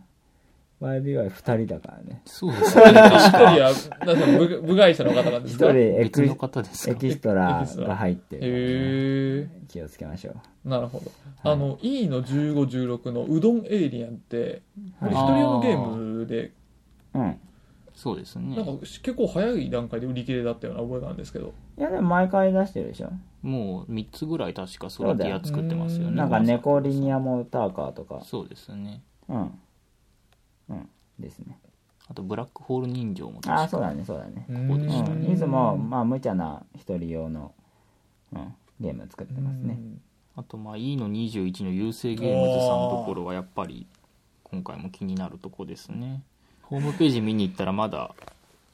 Speaker 1: YBY2 人だからね。
Speaker 3: そうですね
Speaker 2: 一人はなんか部部外者の方なん
Speaker 1: 1
Speaker 2: ですか
Speaker 1: 人
Speaker 2: へ
Speaker 1: エ
Speaker 3: 別
Speaker 1: ク
Speaker 3: の方です
Speaker 1: エ
Speaker 3: か
Speaker 1: キストラが入ってるからね、
Speaker 2: え
Speaker 1: 気をつけましょう
Speaker 2: なるほどあの E の1516のうどんエイリアンってこれ一
Speaker 1: はい
Speaker 2: 人用のゲームで
Speaker 1: うん
Speaker 3: そうです
Speaker 2: なんか
Speaker 3: ね
Speaker 2: 結構早い段階で売り切れだったような覚えがあるんですけど
Speaker 1: いやでも毎回出してるでしょ
Speaker 3: もう3つぐらい確かソラティア作ってますよ
Speaker 2: う
Speaker 3: ね
Speaker 2: ん
Speaker 1: なんかネコリニアモーターカーとか
Speaker 3: そうですね
Speaker 1: うんうんですね
Speaker 3: あとブラックホール人形も確
Speaker 1: ああ
Speaker 3: か
Speaker 1: そうだねそうだね
Speaker 2: こ
Speaker 3: で
Speaker 1: う
Speaker 3: した
Speaker 1: んいつもまあ無茶な一人用の、うん、ゲーム作ってますね
Speaker 3: あとまあ E の21の優勢ゲームズさんのところはやっぱり今回も気になるとこですねホームページ見に行ったらまだ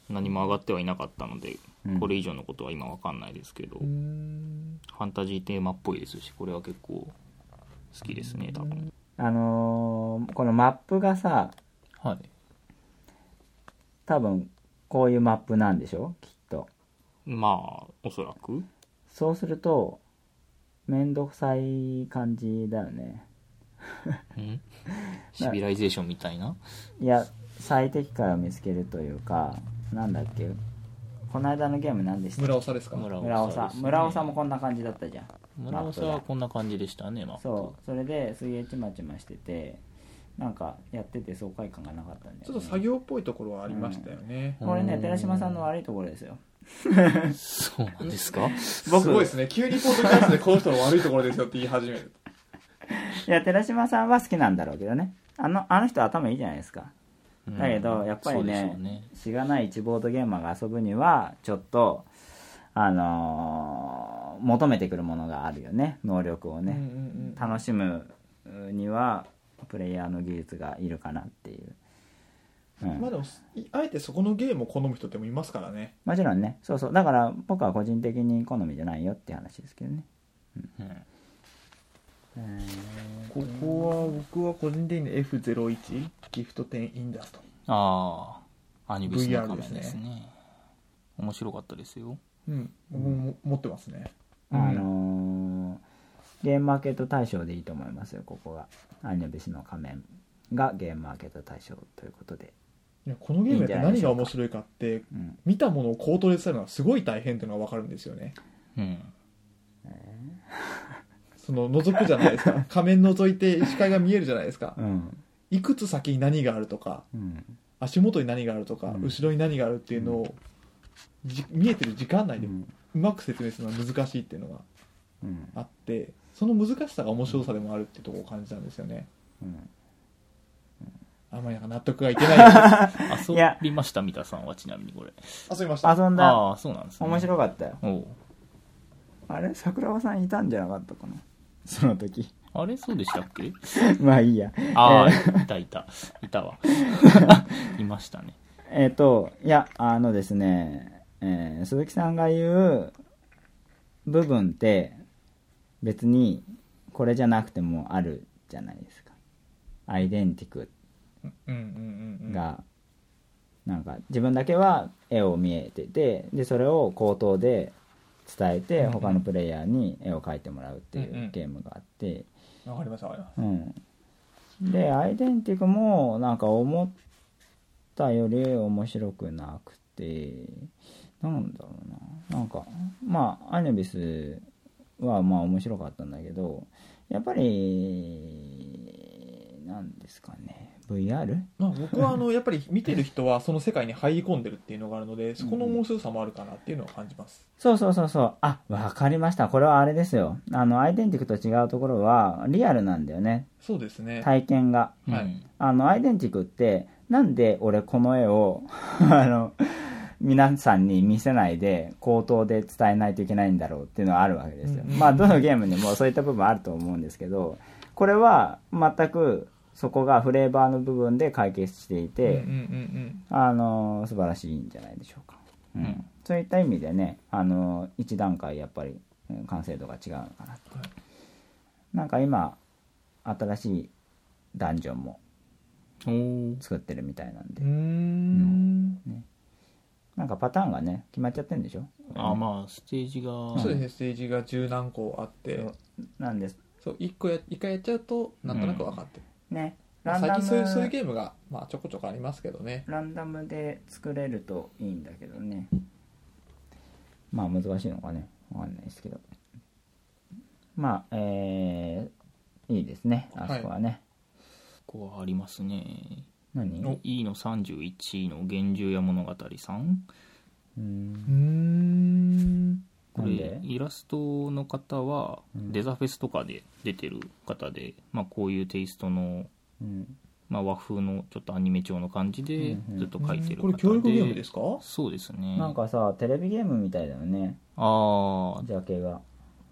Speaker 3: 何も上がってはいなかったので
Speaker 1: うん
Speaker 3: これ以上のことは今わかんないですけど、ファンタジーテーマっぽいですしこれは結構好きですね多分
Speaker 1: あのーこのマップがさ
Speaker 3: はい
Speaker 1: 多分こういうマップなんでしょきっと
Speaker 3: まあおそらく
Speaker 1: そうすると面倒くさい感じだよね
Speaker 3: うんシビライゼーションみたいない
Speaker 1: や最適解を見つけるというかなんだっけこの間のゲーム何でした
Speaker 2: 村長ですか
Speaker 3: 村
Speaker 1: 村
Speaker 3: 長
Speaker 1: 長
Speaker 3: ですね
Speaker 1: 村長もこんな感じだったじゃん
Speaker 3: 村長はこんな感じでしたねまあ
Speaker 1: そうそれで水泳ちまちましててなんかやってて爽快感がなかったんだよね、
Speaker 2: ちょっと作業っぽいところはありましたよね、
Speaker 1: これね
Speaker 3: うん
Speaker 1: 寺島さんの悪いところですよ
Speaker 3: そうなんですか
Speaker 1: 僕
Speaker 2: すごいですね急にポッドキャストでこの人の悪いところですよって言い始める
Speaker 1: いや寺島さんは好きなんだろうけどねあのあの人頭いいじゃないですか
Speaker 3: うん
Speaker 1: だけどやっぱりね
Speaker 3: そうでしょうね
Speaker 1: しがない一ボードゲーマーが遊ぶにはちょっとあのー求めてくるものがあるよね能力を
Speaker 2: うんう
Speaker 1: ね、
Speaker 2: ん
Speaker 1: 楽しむにはプレイヤーの技術がいるかなっていう、う
Speaker 2: うんまあ
Speaker 1: ん、
Speaker 2: でもいあえてそこのゲームを好む人ってもいますからね
Speaker 1: もちろんねそうそうだから僕は個人的に好みじゃないよっていう話ですけどね
Speaker 3: うん
Speaker 2: ここは僕は個人的に F01 ギフト10インダスト
Speaker 3: ああアニビスの
Speaker 2: VR
Speaker 3: 仮面で
Speaker 2: ですす
Speaker 3: ね面白かったですよ
Speaker 2: うん僕も持ってますね
Speaker 1: あのーゲームマーケット大賞でいいと思いますよここがアニョビスの仮面がゲームマーケット大賞ということで、
Speaker 2: いやこのゲームやって何が面白いかって
Speaker 1: うん、
Speaker 2: 見たものを口頭で伝えるのはすごい大変っていうのが分かるんですよね
Speaker 3: うん
Speaker 2: その覗くじゃないですか仮面覗いて視界が見えるじゃないですか
Speaker 1: うん
Speaker 2: いくつ先に何があるとか
Speaker 1: うん
Speaker 2: 足元に何があるとか、
Speaker 1: うん
Speaker 2: 後ろに何があるっていうのを、じ見えてる時間内でうまく説明するのは難しいっていうのが
Speaker 1: うん
Speaker 2: あってその難しさが面白さでもあるっていうところを感じたんですよね
Speaker 1: うん
Speaker 2: あんまりなんか納得がいけない
Speaker 3: 遊
Speaker 1: いや
Speaker 3: びました三田さんはちなみにこれ
Speaker 2: です遊びました
Speaker 1: 遊んだ
Speaker 3: ああそうなんですね
Speaker 1: 面白かったよ
Speaker 3: おう
Speaker 1: あれ桜庭さんいたんじゃなかったかなその時
Speaker 3: あれそうでしたっけ
Speaker 1: まあいいや
Speaker 3: ああ、
Speaker 1: え
Speaker 3: いたいた。い たわ。いましたね。
Speaker 1: えっ、といやあのですね、えー鈴木さんが言う部分って別にこれじゃなくてもあるじゃないですかアイデンティク
Speaker 2: うんうんうんうん
Speaker 1: が、なんか自分だけは絵を見えててでそれを口頭で伝えて
Speaker 2: うん
Speaker 1: 他のプレイヤーに絵を描いてもらうってい
Speaker 2: んう
Speaker 1: うんゲームがあって、
Speaker 2: わかりますわかります
Speaker 1: うん、でアイデンティクもなんか思ったより面白くなくてなんだろうななんかまあアニビスはまあ面白かったんだけどやっぱりなんですかね VR?
Speaker 2: まあ僕はあのやっぱり見てる人はその世界に入り込んでるっていうのがあるのでそこの面白さもあるかなっていうのを感じます
Speaker 1: そうそうそうそうあわかりましたこれはあれですよあのアイデンティクと違うところはリアルなんだよね
Speaker 2: そうですね
Speaker 1: 体験が
Speaker 2: はい
Speaker 3: うん
Speaker 1: あの、アイデンティクって、なんで俺この絵を、 あの、皆さんに見せないで、口頭で伝えないといけないんだろうっていうのはあるわけですよ。
Speaker 2: うん
Speaker 1: まあ、どのゲームにもそういった部分あると思うんですけど、これは全くそこがフレーバーの部分で解決していて、
Speaker 2: うんうんうん
Speaker 1: あの、素晴らしいんじゃないでしょうか。うん
Speaker 3: うん
Speaker 1: そういった意味でね、あの、一段階やっぱりうん完成度が違うのかなと。
Speaker 2: はい
Speaker 1: なんか今、新しいダンジョンも
Speaker 3: おー
Speaker 1: 作ってるみたいなんで
Speaker 2: うんうー、ん
Speaker 1: なんかパターンがね決まっちゃってんでしょ
Speaker 3: あまあ、ステージが。
Speaker 2: そうですねステージが十何個あって
Speaker 1: そうなんです
Speaker 2: そう一個や一回やっちゃうとなんとなく分かってる、
Speaker 1: ね
Speaker 2: ま
Speaker 1: ラ
Speaker 2: あ
Speaker 1: ンダ
Speaker 2: 最近そういうそういう
Speaker 1: ム
Speaker 2: ゲームが、まあ、ちょこちょこありますけどね
Speaker 1: ランダムで作れるといいんだけどねまあ難しいのかねわかんないですけどまあえー、いいですねあそこはね、
Speaker 3: ここはありますね。
Speaker 1: 何
Speaker 3: E の31の幻獣や物語さん。
Speaker 1: うん
Speaker 2: うん
Speaker 3: こ
Speaker 1: なんで
Speaker 3: れ、イラストの方は、
Speaker 1: うん
Speaker 3: デザフェスとかで出てる方で、まあ、こういうテイストの、
Speaker 1: うん
Speaker 3: まあ、和風のちょっとアニメ調の感じで
Speaker 1: うんうん
Speaker 3: ずっと描いてる
Speaker 2: こ
Speaker 3: 方で、
Speaker 2: れ協力ゲームですか
Speaker 3: そうですね。
Speaker 1: なんかさテレビゲームみたいだよね
Speaker 3: ああ、
Speaker 1: ジャケが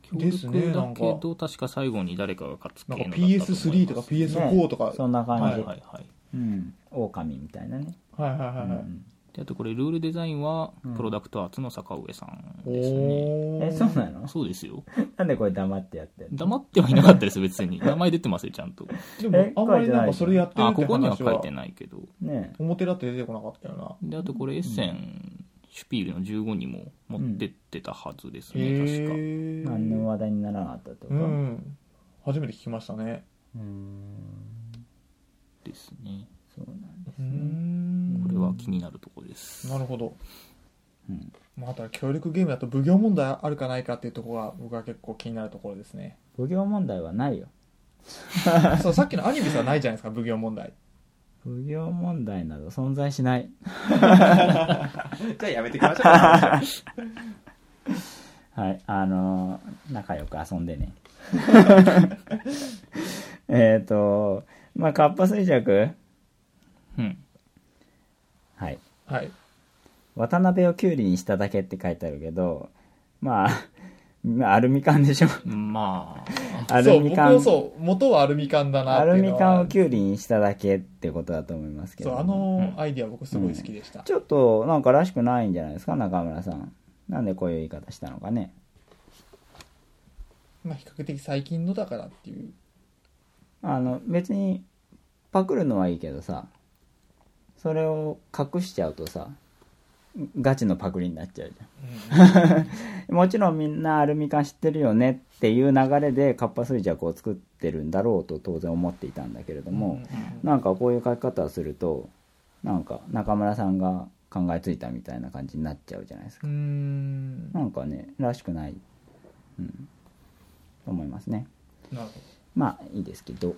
Speaker 3: 協
Speaker 2: ですね
Speaker 3: 力
Speaker 2: な
Speaker 3: だ
Speaker 2: んか
Speaker 3: けど、確か最後に誰かが勝つ系
Speaker 2: な
Speaker 3: の
Speaker 2: んか
Speaker 3: だったと思います
Speaker 2: PS3 とか PS4 とか、
Speaker 1: そんな感じ、
Speaker 3: はいはいはい。
Speaker 1: うん狼みたいなね、
Speaker 2: はいはいはいは
Speaker 1: う
Speaker 2: い、
Speaker 1: ん
Speaker 3: であとこれルールデザインは
Speaker 1: うん
Speaker 3: プロダクトアーツの坂上さん
Speaker 2: お
Speaker 3: ですね、
Speaker 2: ー
Speaker 1: えそうなの
Speaker 3: そうですよ
Speaker 1: なんでこれ黙ってやってるの
Speaker 3: 黙ってはいなかったです 別に名前出てますよちゃんと
Speaker 2: で
Speaker 1: え
Speaker 2: もあんまりなんかそれやってる
Speaker 3: あ
Speaker 2: って
Speaker 3: ここには
Speaker 2: 話
Speaker 3: 書い
Speaker 2: は
Speaker 3: てないけど
Speaker 1: ねえ
Speaker 2: 表だって出てこなかったよな
Speaker 3: であとこれエッセンシュピールの15にも持ってってたはずですね、確
Speaker 2: へ
Speaker 3: か
Speaker 2: ー
Speaker 1: 何の話題にならなかったってこ
Speaker 2: う
Speaker 1: と
Speaker 2: ん初めて聞きましたね
Speaker 1: うん
Speaker 3: ですね
Speaker 1: そうなんです
Speaker 2: う
Speaker 1: ね
Speaker 2: ん
Speaker 3: これは気になるとこです
Speaker 2: なるほど
Speaker 1: うん
Speaker 2: まあ、あとは協力ゲームだと奉行問題あるかないかっていうところが僕は結構気になるところで すね
Speaker 1: 奉行問題はないよ
Speaker 2: そうさっきのアニメさんないじゃないですか奉行問題
Speaker 1: 奉行問題など存在しない
Speaker 2: じゃあやめてきましょう
Speaker 1: はい、あのー仲良く遊んでね。 えっと、まあ、カッパ衰弱
Speaker 3: うん
Speaker 1: はい。
Speaker 2: はい
Speaker 1: 渡辺をキュウリにしただけって書いてあるけど、まあ、まあ アルミ缶でしょ。
Speaker 3: まあ
Speaker 1: ア
Speaker 2: そ
Speaker 1: ル
Speaker 2: う
Speaker 1: ミ
Speaker 2: 僕
Speaker 1: 缶
Speaker 2: も。そう元はアルミ缶だな
Speaker 1: ア
Speaker 2: ってい
Speaker 1: ル
Speaker 2: う
Speaker 1: ミ
Speaker 2: のは
Speaker 1: 缶をキュウリにしただけってことだと思いますけど。
Speaker 2: そうあのアイディア僕すごい好きでした、
Speaker 1: ちょっと、なんからしくないんじゃないですか、中村さん。なんでこういう言い方したのかね。
Speaker 2: まあ、比較的最近のだからっていう
Speaker 1: あの、別に、パクるのはいいけどさ、それを隠しちゃうとさ、ガチのパクリになっちゃうじゃん。もちろんみんなアルミ缶知ってるよねっていう流れで、カッパ衰弱を作ってるんだろうと当然思っていたんだけれども、なんかこういう書き方をすると、なんか中村さんが考えついたみたいな感じになっちゃうじゃないです
Speaker 2: う
Speaker 1: か。
Speaker 2: んうん
Speaker 1: なんかね、らしくない、うん、と思いますね。
Speaker 2: なるほど
Speaker 1: まあいいですけど。